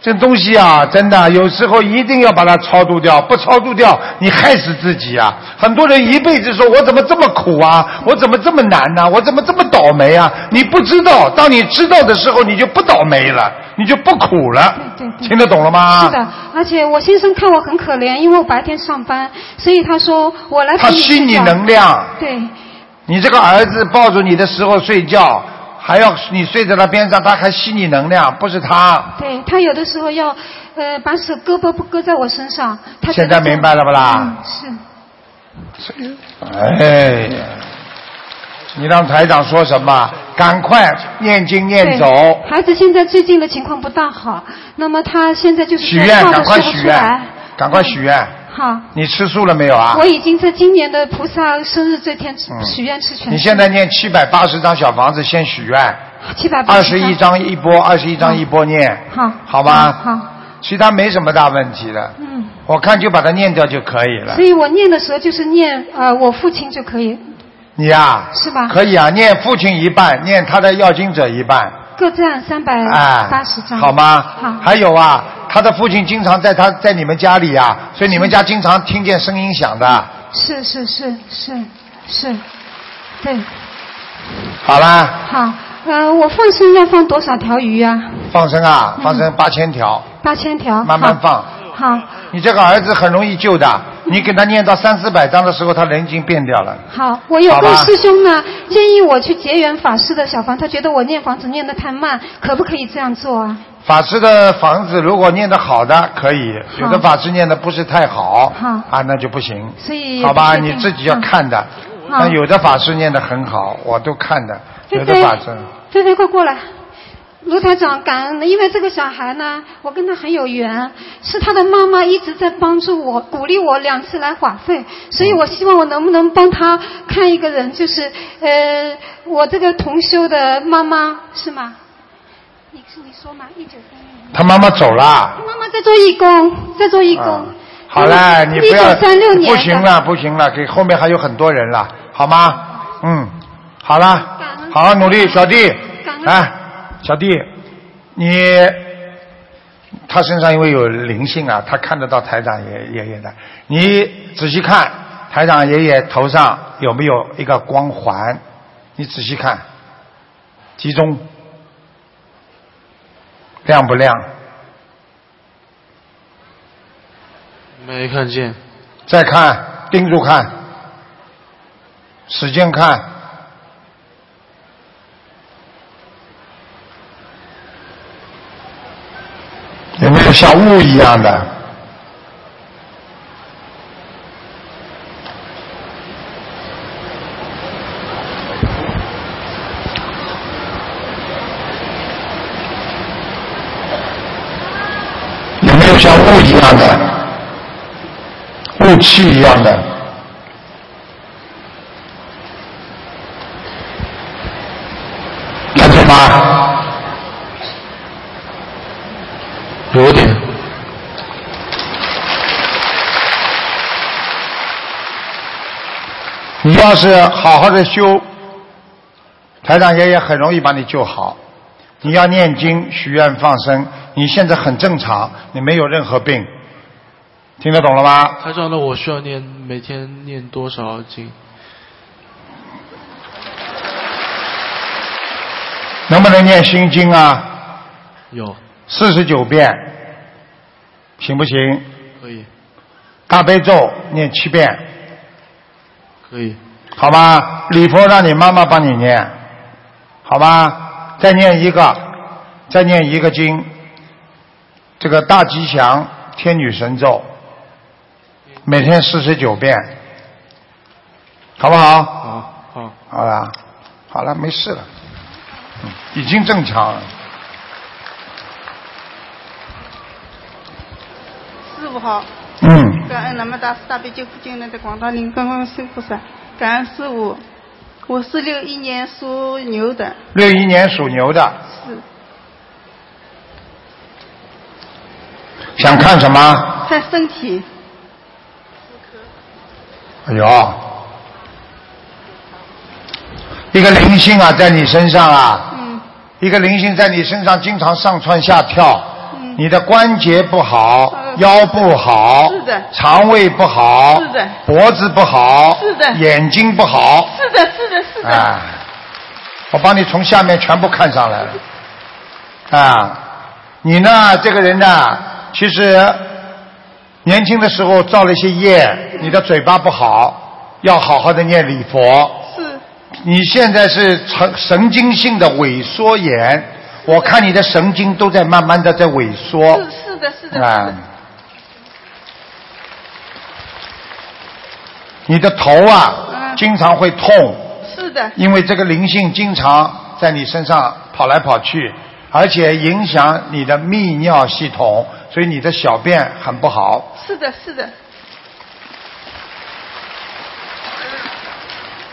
B: 这东西啊，真的有时候一定要把它超度掉，不超度掉，你害死自己啊！很多人一辈子说我怎么这么苦啊，我怎么这么难啊呐、我怎么这么倒霉啊？你不知道，当你知道的时候，你就不倒霉了，你就不苦了。
K: 对对。
B: 听得懂了吗？
K: 是的，而且我先生看我很可怜，因为我白天上班，所以他说我来陪
B: 他
K: 睡
B: 吸你
K: 觉
B: 能量。
K: 对，
B: 你这个儿子抱住你的时候睡觉，还要你睡在他边上，他还吸你能量，不是他。
K: 对他有的时候要，呃，把手胳膊不搁在我身上，他嗯
B: 现在明白了不啦？
K: 是。
B: 哎，你让台长说什么？赶快念经念
K: 对
B: 走，
K: 孩子现在最近的情况不大好，那么他现在就是
B: 许愿，
K: 说话
B: 赶
K: 都
B: 快
K: 说不
B: 许
K: 出
B: 愿
K: 来。，
B: 赶快许愿。
K: 好，
B: 你吃素了没有啊嗯
K: 我？已经在今年的菩萨生日这天许愿吃全素。
B: 你现在念七百八十张小房子，先许愿，
K: 七百八
B: 二十一张一波，二十一张一波念，
K: 好，
B: 好吧？
K: 好，
B: 其他没什么大问题的，
K: 嗯。
B: 我看就把它念掉就可以了
K: 所。以我念的时候就是念呃我父亲就可以，
B: 你呀、
K: 是吧？
B: 可以啊，念父亲一半，念他的要经者一半，
K: 各占三百
B: 哎，
K: 八十张，
B: 好吗？
K: 好，
B: 还有啊，他的父亲经常在他在你们家里啊，所以你们家经常听见声音响的。
K: 是是是是是，对，
B: 好啦，
K: 好，呃，我放生要放多少条鱼啊？
B: 放生啊，
K: 嗯
B: 放生八千条，
K: 八千条，
B: 慢慢放。
K: 好，
B: 你这个儿子很容易救的，你给他念到三四百章的时候，他人已经变掉了。
K: 好，我有
B: 好吧
K: 个师兄呢，建议我去结缘法师的小房，他觉得我念房子念得太慢，可不可以这样做啊？
B: 法师的房子如果念得好的可以，有的法师念的不是太好，
K: 好
B: 啊那就不行。
K: 所以
B: 好吧，
K: 不确
B: 你
K: 定
B: 自己要看的。
K: 好
B: 那有的法师念得很好，我都看的。
K: 菲
B: 有的
K: 菲
B: 法师，
K: 菲菲，快嗯过来。卢台长，感恩，因为这个小孩呢，我跟他很有缘，是他的妈妈一直在帮助我，鼓励我两次来花费，所以我希望我能不能帮他看一个人，就是呃，我这个同修的妈妈是吗？你是你说嘛，一九三
B: 他妈妈走了。
K: 妈妈在做义工，在做义工。
B: 好了，你不要
K: 1936年的
B: 不行了，不行了，给后面还有很多人了，好吗？嗯，好了，好好努力，小弟，哎，小弟，你他身上因为有灵性啊，他看得到台长爷爷爷的，你仔细看台长爷爷头上有没有一个光环，你仔细看，集中，亮不亮？
L: 没看见，
B: 再看，盯住看，使劲看，有没有像雾一样的？有没有像雾一样的？雾气一样的。看见吗？
L: 有点。
B: 你要是好好的修，台长爷爷很容易把你救好。你要念经、许愿、放生，你现在很正常，你没有任何病，听得懂了吗？
L: 台长，那我需要念每天念多少经？
B: 能不能念心经啊？
L: 有，
B: 四十九遍，行不行？
L: 可以，
B: 大悲咒念七遍，
L: 可以，
B: 好吧？礼佛让你妈妈帮你念，好吧？再念一个，再念一个经，这个大吉祥天女神咒，每天四十九遍，好不好？
L: 好，好，
B: 好了，好了，没事了，嗯已经正常了。
M: 师傅好，
B: 嗯，
M: 感恩南无大慈大悲救苦救难的广大灵感观世音菩萨，感恩师傅。我是六一年属牛的，
B: 六一年属牛的，
M: 是
B: 想看什么？
M: 看身体，
B: 哎呦，一个灵性啊，在你身上啊，
M: 嗯
B: 一个灵性在你身上经常上蹿下跳，
M: 嗯，
B: 你的关节不好，腰不好，
M: 是的
B: 肠胃不好，
M: 是的
B: 脖子不好，
M: 是的
B: 眼睛不好，
M: 是的，是的， 是的，
B: 哦啊，我帮你从下面全部看上来了。啊，你呢，这个人呢，其实年轻的时候造了一些业，你的嘴巴不好，要好好的念礼佛。
M: 是。
B: 你现在是神神经性的萎缩炎，我看你的神经都在慢慢的在萎缩。
M: 是是的，是的，
B: 啊。你的头
M: 嗯
B: 啊，经常会痛，
M: 是的，
B: 因为这个灵性经常在你身上跑来跑去，而且影响你的泌尿系统，所以你的小便很不好。
M: 是的，是的，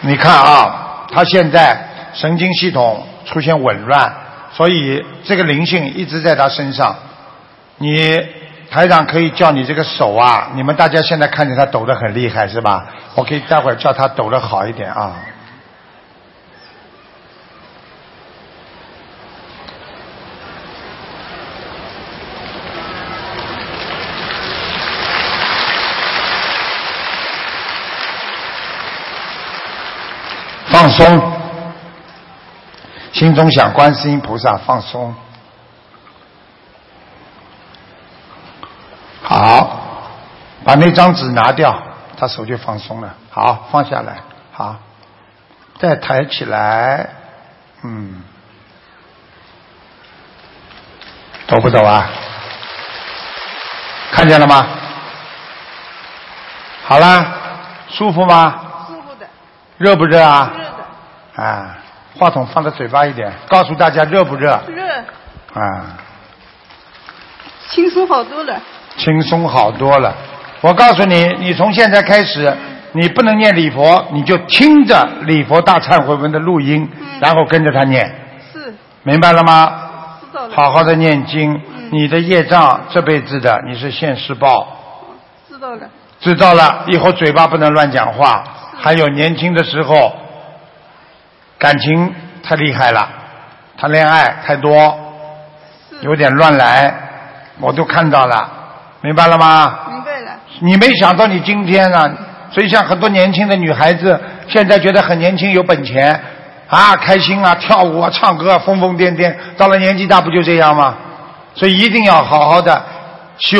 B: 你看啊，他现在神经系统出现紊乱，所以这个灵性一直在他身上。你台长可以叫你这个手啊，你们大家现在看见他抖得很厉害是吧？我可以待会儿叫他抖得好一点啊。放松，心中想观世音菩萨，放松。好，把那张纸拿掉，他手就放松了。好，放下来，好，再抬起来，嗯，抖不抖啊？看见了吗？好啦，舒服吗？
M: 舒服的，
B: 热不热啊？
M: 热的，
B: 啊，话筒放到嘴巴一点，告诉大家热不热
M: 热，
B: 啊？
M: 轻松好多了，
B: 轻松好多了。我告诉你，你从现在开始，你不能念礼佛，你就听着礼佛大忏悔文的录音，然后跟着他念，
M: 嗯是，
B: 明白了吗？
M: 知道了，嗯
B: 好好的念经，你的业障这辈子的你是现世报，
M: 知道了，
B: 知道了，以后嘴巴不能乱讲话。还有年轻的时候，感情太厉害了，谈恋爱太多，有点乱来，我都看到了，明白了吗？
M: 明白了，
B: 你没想到你今天啊，所以像很多年轻的女孩子，现在觉得很年轻有本钱啊，开心啊，跳舞啊，唱歌啊，疯疯癫癫，到了年纪大不就这样吗？所以一定要好好的修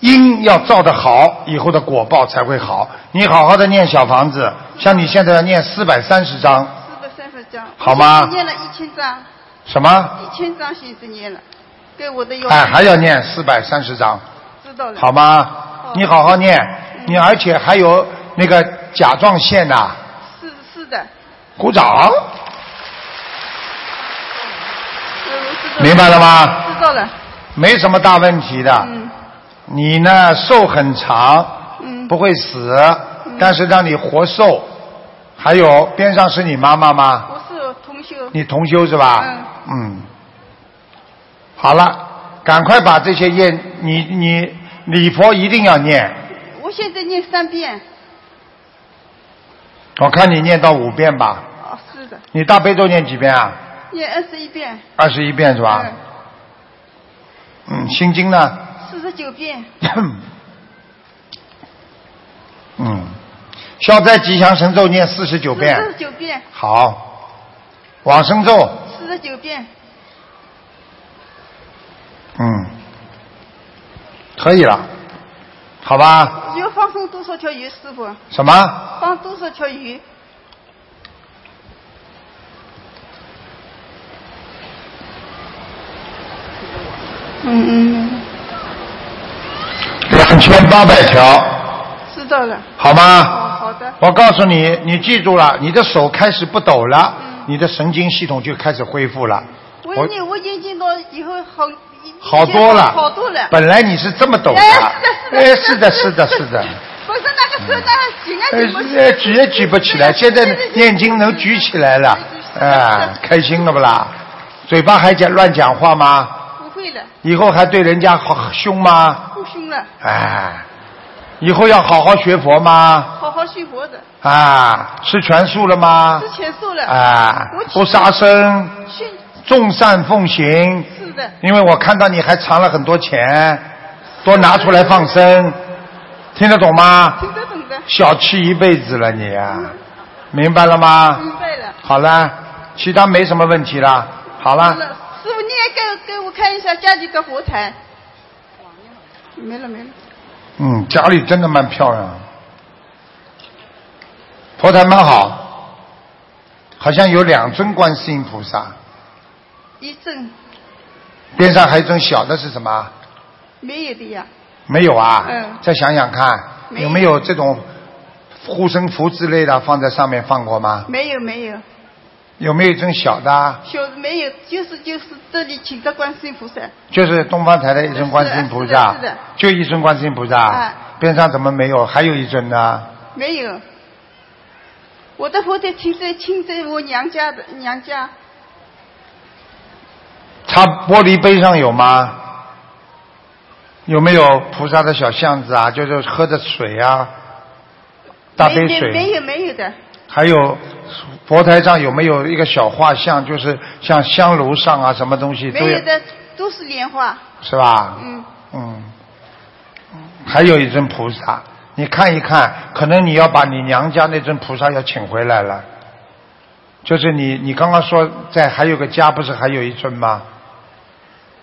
B: 因要造得好，以后的果报才会好。你好好的念小房子，像你现在要念四百三十章，
M: 四百三十张，
B: 好吗
M: 念了一千张，
B: 什么？
M: 一千张现在念了，对我的要求，
B: 啊哎，还要念四百三十章，
M: 知道了，哦嗯
B: 好吗？你好好念，你而且还有那个甲状腺呐、
M: 是是的，
B: 鼓掌，
M: 嗯
B: 明白了吗？
M: 知道了，
B: 没什么大问题的。
M: 嗯
B: 你呢，寿很长，
M: 嗯，
B: 不会死，但是让你活寿。还有边上是你妈妈吗？
M: 我是同修，
B: 你同修是吧？嗯。好了，赶快把这些业，你你礼佛一定要念，
M: 我现在念三遍，
B: 我看你念到五遍吧。
M: 哦，是的，
B: 你大悲咒念几遍啊？
M: 念二十一遍，
B: 二十一遍是吧？嗯，心经呢？
M: 四十九遍，
B: 嗯，消灾吉祥神咒念四十九遍。
M: 四十九遍，
B: 好，往生咒，
M: 四十九遍，
B: 嗯，可以了，好吧？
M: 要放生多少条鱼，师傅？
B: 什么？
M: 放多少条鱼？嗯嗯，
B: 两千八百条，
M: 知道了。哦
B: 好吗？
M: 好的，
B: 我告诉你，你记住了，你的手开始不抖了，你的神经系统就开始恢复了。
M: 我念我眼睛到以后好
B: 好多了，
M: 好多了
B: 本来你是这么抖的，
M: 哎
B: 哎，
M: 是
B: 是
M: 的
B: 的，
M: 是
B: 是
M: 的
B: 的，是的，
M: 不是那个手，那个举啊举不起
B: 呃，举也举不起来，现在念经能举起来了，啊，开心了不啦？嘴巴还讲乱讲话吗？
M: 不会了，
B: 以后还对人家好凶吗？
M: 不凶了，
B: 哎，以后要好好学佛吗？
M: 好好学佛的，
B: 啊，吃全素了吗？
M: 吃全素了
B: 啊
M: 我，
B: 不杀生，
M: 去
B: 众善奉行。
M: 是的，
B: 因为我看到你还藏了很多钱，多拿出来放生，听得懂吗？
M: 听得懂的，
B: 小气一辈子了你啊，明白了吗？
M: 明白了。
B: 好了，其他没什么问题了。好了，
M: 师傅，你也给给我看一下家里的佛台。没了没了，
B: 嗯，家里真的蛮漂亮的，佛台蛮好，好像有两尊观世音菩萨，
M: 一阵
B: 边上还有一尊小的是什么？
M: 没有的呀。
B: 没有啊？
M: 嗯
B: 再想想看，
M: 没
B: 有
M: 有
B: 没有这种护身符之类的放在上面放过吗？
M: 没有没有，
B: 有没有一尊小的啊？
M: 小的没有，就是就是这里请的观世音菩萨，
B: 就是东方台的一尊观世音菩萨啊
M: 是的是的，
B: 就一尊观世音菩萨
M: 哎，
B: 边上怎么没有？还有一尊呢？
M: 没有。我的佛台停在停在我娘家的娘家，
B: 它玻璃杯上有吗？有没有菩萨的小巷子啊？就是喝的水啊，大杯
M: 没没没
B: 水。啊
M: 有没有的，
B: 还有佛台上有没有一个小画像？就是像香炉上啊，什么东西都
M: 没有的都是莲花，
B: 是吧？
M: 嗯，
B: 嗯，还有一尊菩萨，你看一看，可能你要把你娘家那尊菩萨要请回来了。就是你，你刚刚说在还有个家，不是还有一尊吗？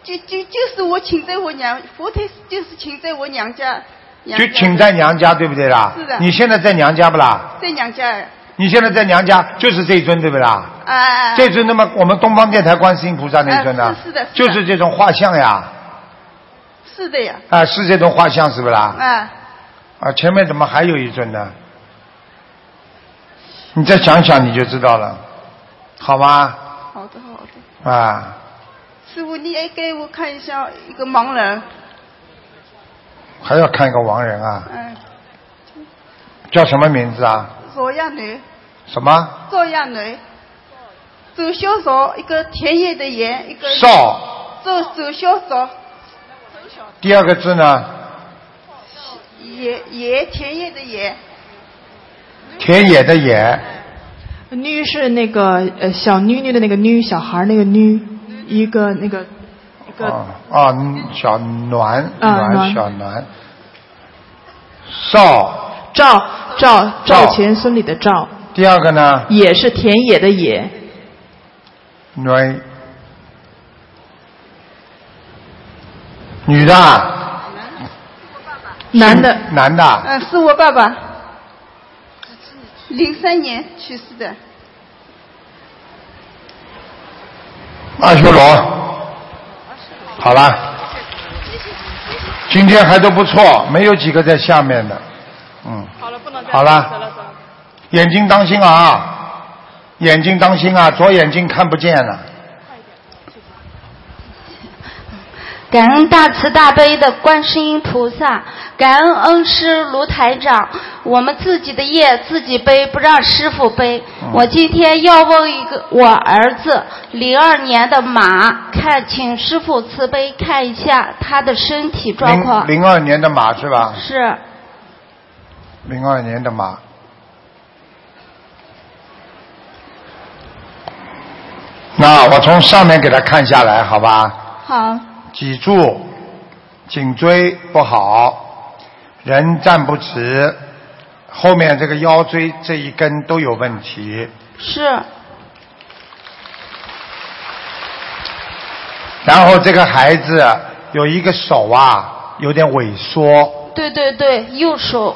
M: 就就就是我请在我娘佛台就是请在我娘家，娘
B: 就
M: 家
B: 请在娘家，对不对啦？
M: 是的
B: 你现在在娘家不啦？
M: 在娘家，啊
B: 你现在在娘家就是这一尊，对不对啦？
M: 哎哎，哎
B: 这尊那么我们东方电台观世音菩萨那一尊呢？
M: 啊是是的是的
B: 就是这种画像呀，
M: 是的呀，
B: 啊，是这种画像是不啦？
M: 啊，
B: 啊，前面怎么还有一尊呢？你再想想你就知道了，好吗？
M: 好的好的，
B: 啊，
M: 师傅你也给我看一下一个盲人，
B: 还要看一个亡人啊，
M: 嗯，
B: 叫什么名字啊？
M: 邵亚女，
B: 什么
M: 赵亚女，左小邵一个田野的野，一个
B: 少？
M: 左左小邵
B: 第二个字呢？
M: 野野田野的野，
B: 田野的野，
N: 女是那个呃小女女的那个女，小孩儿那个女，一个那个一个、
B: 哦哦，嗯小暖
N: 啊
B: 暖
N: 暖
B: 小暖，少。
N: 赵赵
B: 赵
N: 赵钱孙李的赵，
B: 第二个呢？
N: 野是田野的野，
B: 女，女的啊，
N: 男的
B: 男的啊，
M: 嗯，是我爸爸，零三年去世的，
B: 阿修罗。好了，今天还都不错，没有几个在下面的。嗯，
N: 好了，不能
B: 再好了走眼睛当心啊，眼睛当心啊，左眼睛看不见了。
O: 感恩大慈大悲的观世音菩萨，感恩恩师卢台长。我们自己的业自己背，不让师傅背。
B: 嗯
O: 我今天要问一个我儿子零二年的马，看请师傅慈悲看一下他的身体状
B: 零
O: 况。
B: 零二年的马是吧？
O: 是
B: 零二年的马。那我从上面给他看下来，好吧？
O: 好，
B: 脊柱、颈椎不好，人站不直，后面这个腰椎这一根都有问题。
O: 是
B: 然后这个孩子有一个手啊，有点萎缩，
O: 对对对，右手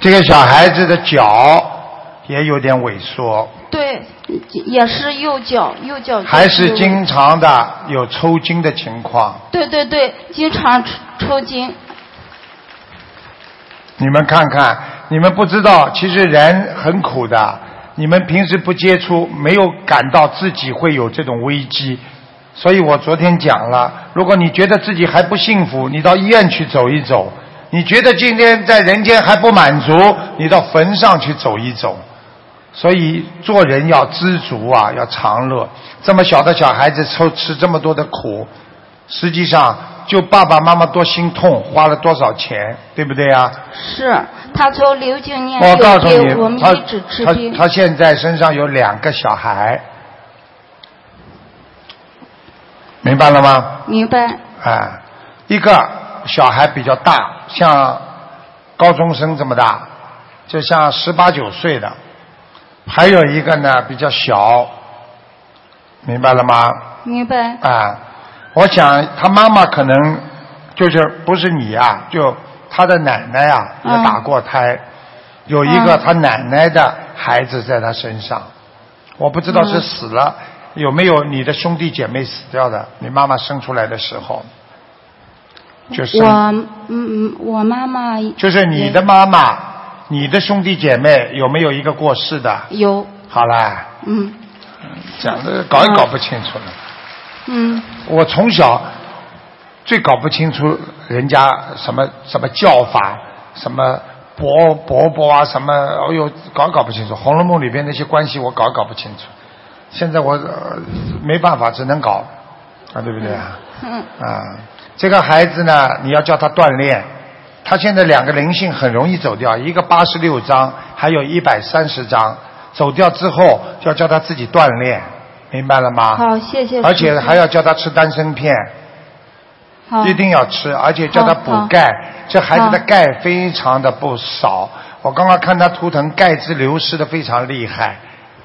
B: 这个小孩子的脚也有点萎缩，
O: 对，也是右脚，右脚
B: 还是经常的有抽筋的情况。
O: 对对对，经常抽抽筋。
B: 你们看看，你们不知道，其实人很苦的。你们平时不接触，没有感到自己会有这种危机。所以我昨天讲了，如果你觉得自己还不幸福，你到医院去走一走；你觉得今天在人间还不满足，你到坟上去走一走。所以做人要知足啊，要常乐。这么小的小孩子受吃这么多的苦，实际上就爸爸妈妈多心痛，花了多少钱，对不对啊？
O: 是他从六九年
B: 我告
O: 就
B: 诉
O: 给我
B: 你，
O: 们
B: 他
O: 一直吃
B: 他
O: 冰。
B: 他现在身上有两个小孩，明白了吗？
O: 明白。
B: 啊，一个小孩比较大，像高中生这么大，就像十八九岁的；还有一个呢比较小，明白了吗？
O: 明白。
B: 啊，我想他妈妈可能就是不是你呀、就他的奶奶呀、
O: 嗯
B: 也打过胎，有一个
O: 嗯
B: 他奶奶的孩子在他身上，我不知道是死了、
O: 嗯
B: 有没有你的兄弟姐妹死掉的，你妈妈生出来的时候，就是
O: 我嗯嗯，我妈妈
B: 就是你的妈妈，你的兄弟姐妹有没有一个过世的？
O: 有
B: 好啦，
O: 嗯
B: 讲的搞也搞不清楚了。
O: 嗯
B: 我从小最搞不清楚人家什么什么叫法，什么伯伯伯啊，什么，哎呦，搞也搞不清楚。《红楼梦》里边那些关系我搞也搞不清楚。现在我、呃没办法，只能搞，啊，对不对啊？
O: 嗯
B: 啊，这个孩子呢，你要叫他锻炼。他现在两个灵性很容易走掉，一个八十六章，还有一百三十章。走掉之后，要叫他自己锻炼，明白了吗？
O: 好谢谢
B: 而且
O: 师父
B: 还要叫他吃丹参片，
O: 好
F: 哦
B: 一定要吃，而且叫他
O: 好
B: 补
O: 好
B: 钙。这孩子的
O: 好
B: 钙非常的不少，我刚刚看他图腾，钙质流失的非常厉害。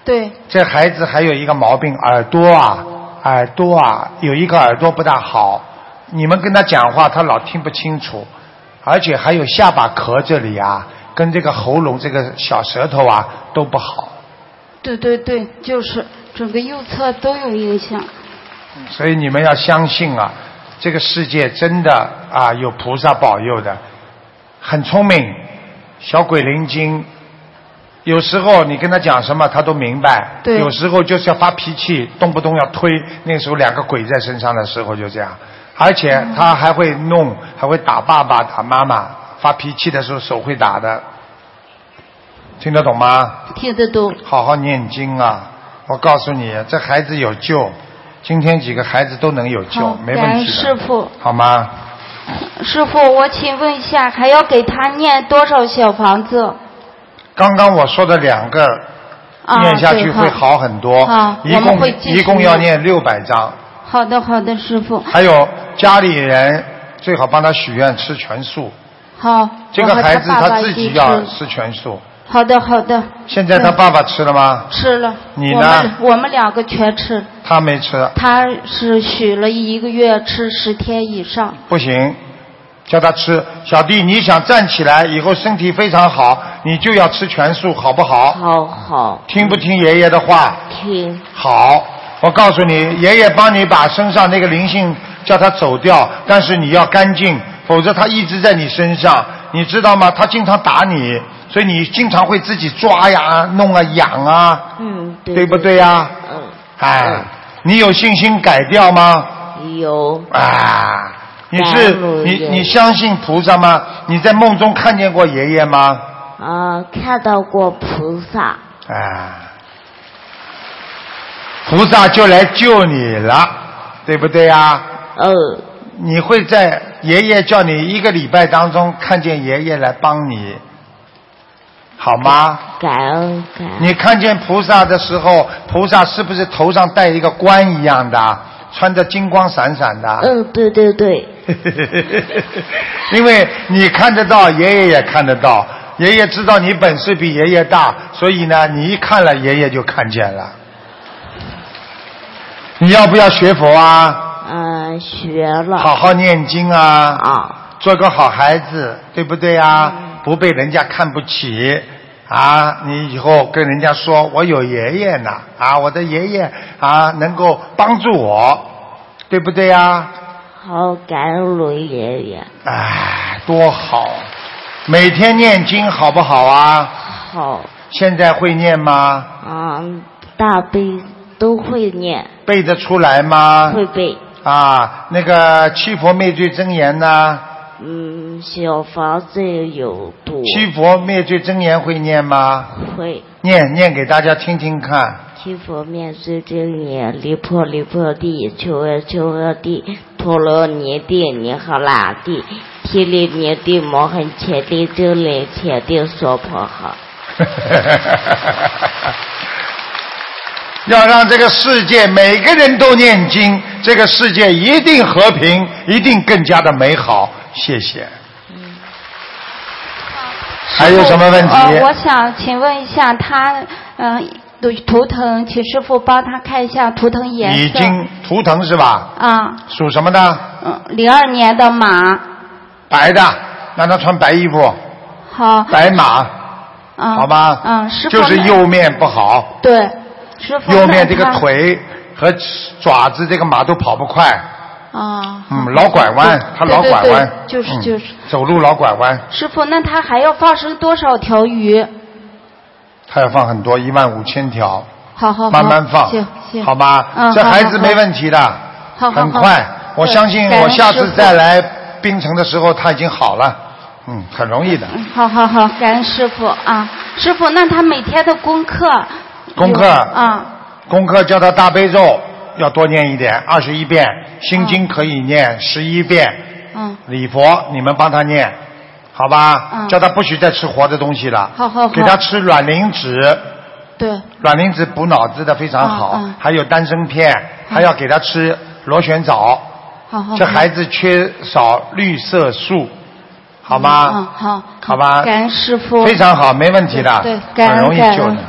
O: 对
B: 这孩子还有一个毛病，耳朵啊，耳朵啊，有一个耳朵不大好，你们跟他讲话，他老听不清楚，而且还有下巴壳这里啊，跟这个喉咙这个小舌头啊都不好，
O: 对对对，就是整个右侧都有影响。
B: 所以你们要相信啊，这个世界真的啊有菩萨保佑的，很聪明，小鬼灵精。有时候你跟他讲什么，他都明白。
O: 对
B: 有时候就是要发脾气，动不动要推。那时候两个鬼在身上的时候就这样，而且
O: 嗯
B: 他还会弄，还会打爸爸、打妈妈。发脾气的时候手会打的，听得懂吗？
O: 听得懂。
B: 好好念经啊！我告诉你，这孩子有救。今天几个孩子都能有救，
O: 好
B: 没
O: 感
B: 问
O: 恩
B: 题
O: 师
B: 的，
O: 傅，
B: 好吗？
O: 师傅，我请问一下，还要给他念多少小房子？
B: 刚刚我说的两个
O: 啊
B: 念下去
O: 对
B: 会好很多，
O: 好
B: 一
O: 我们
B: 共
O: 会继续
B: 一共要
O: 念
B: 念六百章，
O: 好的，好的，师傅。
B: 还有家里人最好帮他许愿吃全素，
O: 好，
B: 这
O: 我
B: 个
O: 和
B: 孩子
O: 爸爸
B: 他自己
O: 一起
B: 要
O: 吃
B: 吃全素。
O: 好的，好的。
B: 现在他
O: 对
B: 爸爸吃了吗？
O: 吃了，
B: 你
O: 我
B: 呢
O: 们我们两个全吃，
B: 他没吃，
O: 他是许了一个月吃十天以上。
B: 不行，叫他吃。小弟，你想站起来以后身体非常好，你就要吃全素，好不好？
P: 好好。
B: 听不听爷爷的话？
P: 听。
B: 好，我告诉你，爷爷帮你把身上那个灵性叫他走掉，但是你要干净，否则他一直在你身上，你知道吗？他经常打你，所以你经常会自己抓呀、弄啊、痒啊，
P: 嗯，
B: 对不对呀、
P: 嗯，
B: 哎，你有信心改掉吗？
P: 有
B: 啊，你
P: 感
B: 是
P: 恩我
B: 你
P: 爷
B: 你相信菩萨吗？你在梦中看见过爷爷吗？
P: 啊，看到过菩萨，
B: 啊，菩萨就来救你了，对不对呀？
P: 嗯。
B: 你会在爷爷叫你一个礼拜当中看见爷爷来帮你，好吗？
P: 感恩感恩。
B: 你看见菩萨的时候，菩萨是不是头上戴一个冠一样的，啊穿着金光闪闪的？啊
P: 嗯，对对对，
B: 因为你看得到，爷爷也看得到，爷爷知道你本事比爷爷大，所以呢，你一看了，爷爷就看见了。你要不要学佛啊？
P: 嗯、学了。
B: 好好念经啊！啊，做个好孩子，对不对啊？
P: 嗯
B: 不被人家看不起啊！你以后跟人家说，我有爷爷呢啊，我的爷爷啊，能够帮助我，对不对啊呀、
P: 好感恩卢爷爷。
B: 哎，多好！每天念经好不好啊？
P: 好，
B: 现在会念吗？
P: 啊，大悲都会念，
B: 背得出来吗？
P: 会背。
B: 啊，那个七佛灭罪真言呢？
P: 嗯，小房子有读，
B: 七佛灭罪真言会念吗？
P: 会
B: 念念给大家听听看。
P: 七佛灭罪真言，离破离破地，求恶求恶地，陀罗尼地，尼诃那地，毗梨尼地，摩诃伽地，周利伽地，娑婆诃。
B: 要让这个世界每个人都念经，这个世界一定和平，一定更加的美好。谢谢。
O: 嗯
B: 还有什么问题？
O: 呃，我想请问一下他，嗯、呃，图腾，请师傅帮他看一下图腾颜色。
B: 已经图腾是吧？
O: 啊，呃
B: 属什么的？
O: 零二年的马，
B: 白的，让他穿白衣服，
O: 好，
B: 白马，
O: 嗯，
B: 好吧？
O: 嗯，师傅
B: 就是
O: 那
B: 右面不好，
O: 对，师傅
B: 右面这个
O: 那他
B: 腿和爪子这个马都跑不快，
O: 啊，
B: 嗯，老拐弯，他老拐弯，
O: 对对对就是
B: 嗯
O: 就是，
B: 走路老拐弯，
O: 师傅，那他还要放生多少条鱼？
B: 他要放很多，一万五千条，
O: 好好好，
B: 慢慢放
O: 行行，，
B: 好吧？
O: 嗯
B: 这
O: 好
B: 孩
O: 好
B: 子
O: 好
B: 没问题的，
O: 好好
B: 很
O: 好
B: 快，我
O: 哦对
B: 相信
O: 感
B: 我
O: 恩
B: 下
O: 师
B: 次
O: 父
B: 再来冰城的时候他已经好了，嗯，很容易的。
O: 好好好，感恩师傅啊，师傅，那他每天的功课，
B: 功课
O: 有啊，
B: 功课叫他大悲咒要多念一点，二十一遍；心经
O: 哦
B: 可以念十一遍，
O: 嗯，
B: 礼佛你们帮他念，好吧？
O: 嗯
B: 叫他不许再吃活的东西了，
O: 好好好，
B: 给他吃卵磷脂，
O: 对，
B: 卵磷脂补脑子的非常好，
O: 嗯嗯
B: 还有丹参片，还要给他吃螺旋藻。
O: 好好，
B: 这
O: 好
B: 孩子缺少绿色素，好吗？
O: 嗯好，
B: 好吧，
O: 感恩师傅，
B: 非常好，没问题的，
O: 对，感
B: 很
O: 恩
B: 容易
O: 感
B: 救
O: 恩
B: 的。。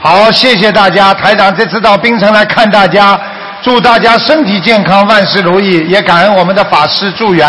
B: 好，谢谢大家，台长这次到槟城来看大家，祝大家身体健康，万事如意，也感恩我们的法师助缘，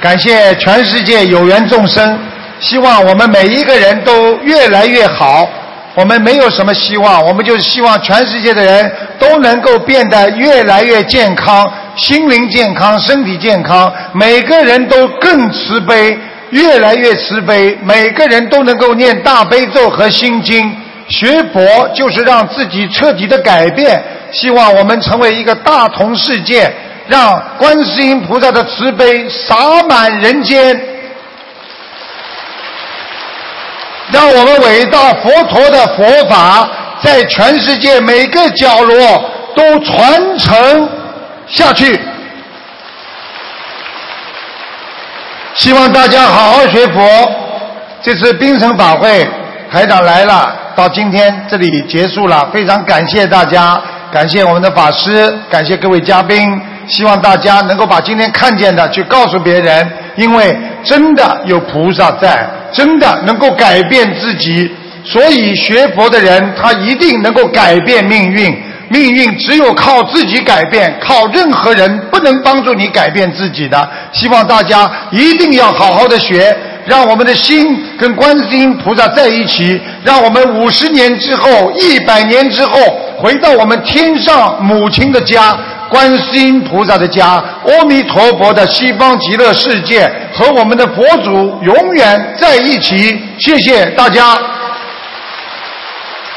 B: 感谢全世界有缘众生，希望我们每一个人都越来越好。我们没有什么希望，我们就是希望全世界的人都能够变得越来越健康，心灵健康，身体健康，每个人都更慈悲，越来越慈悲，每个人都能够念大悲咒和心经。学佛就是让自己彻底的改变，希望我们成为一个大同世界，让观世音菩萨的慈悲洒满人间。让我们伟大佛陀的佛法在全世界每个角落都传承下去。希望大家好好学佛。这次冰城法会，台长来了，到今天这里结束了，非常感谢大家，感谢我们的法师，感谢各位嘉宾，希望大家能够把今天看见的去告诉别人，因为真的有菩萨在，真的能够改变自己，所以学佛的人他一定能够改变命运。命运只有靠自己改变，靠任何人不能帮助你改变自己的。希望大家一定要好好的学，让我们的心跟观世音菩萨在一起，让我们五十年之后、一百年之后，回到我们天上母亲的家。观世音菩萨的家，阿弥陀佛的西方极乐世界和我们的佛祖永远在一起。谢谢大家。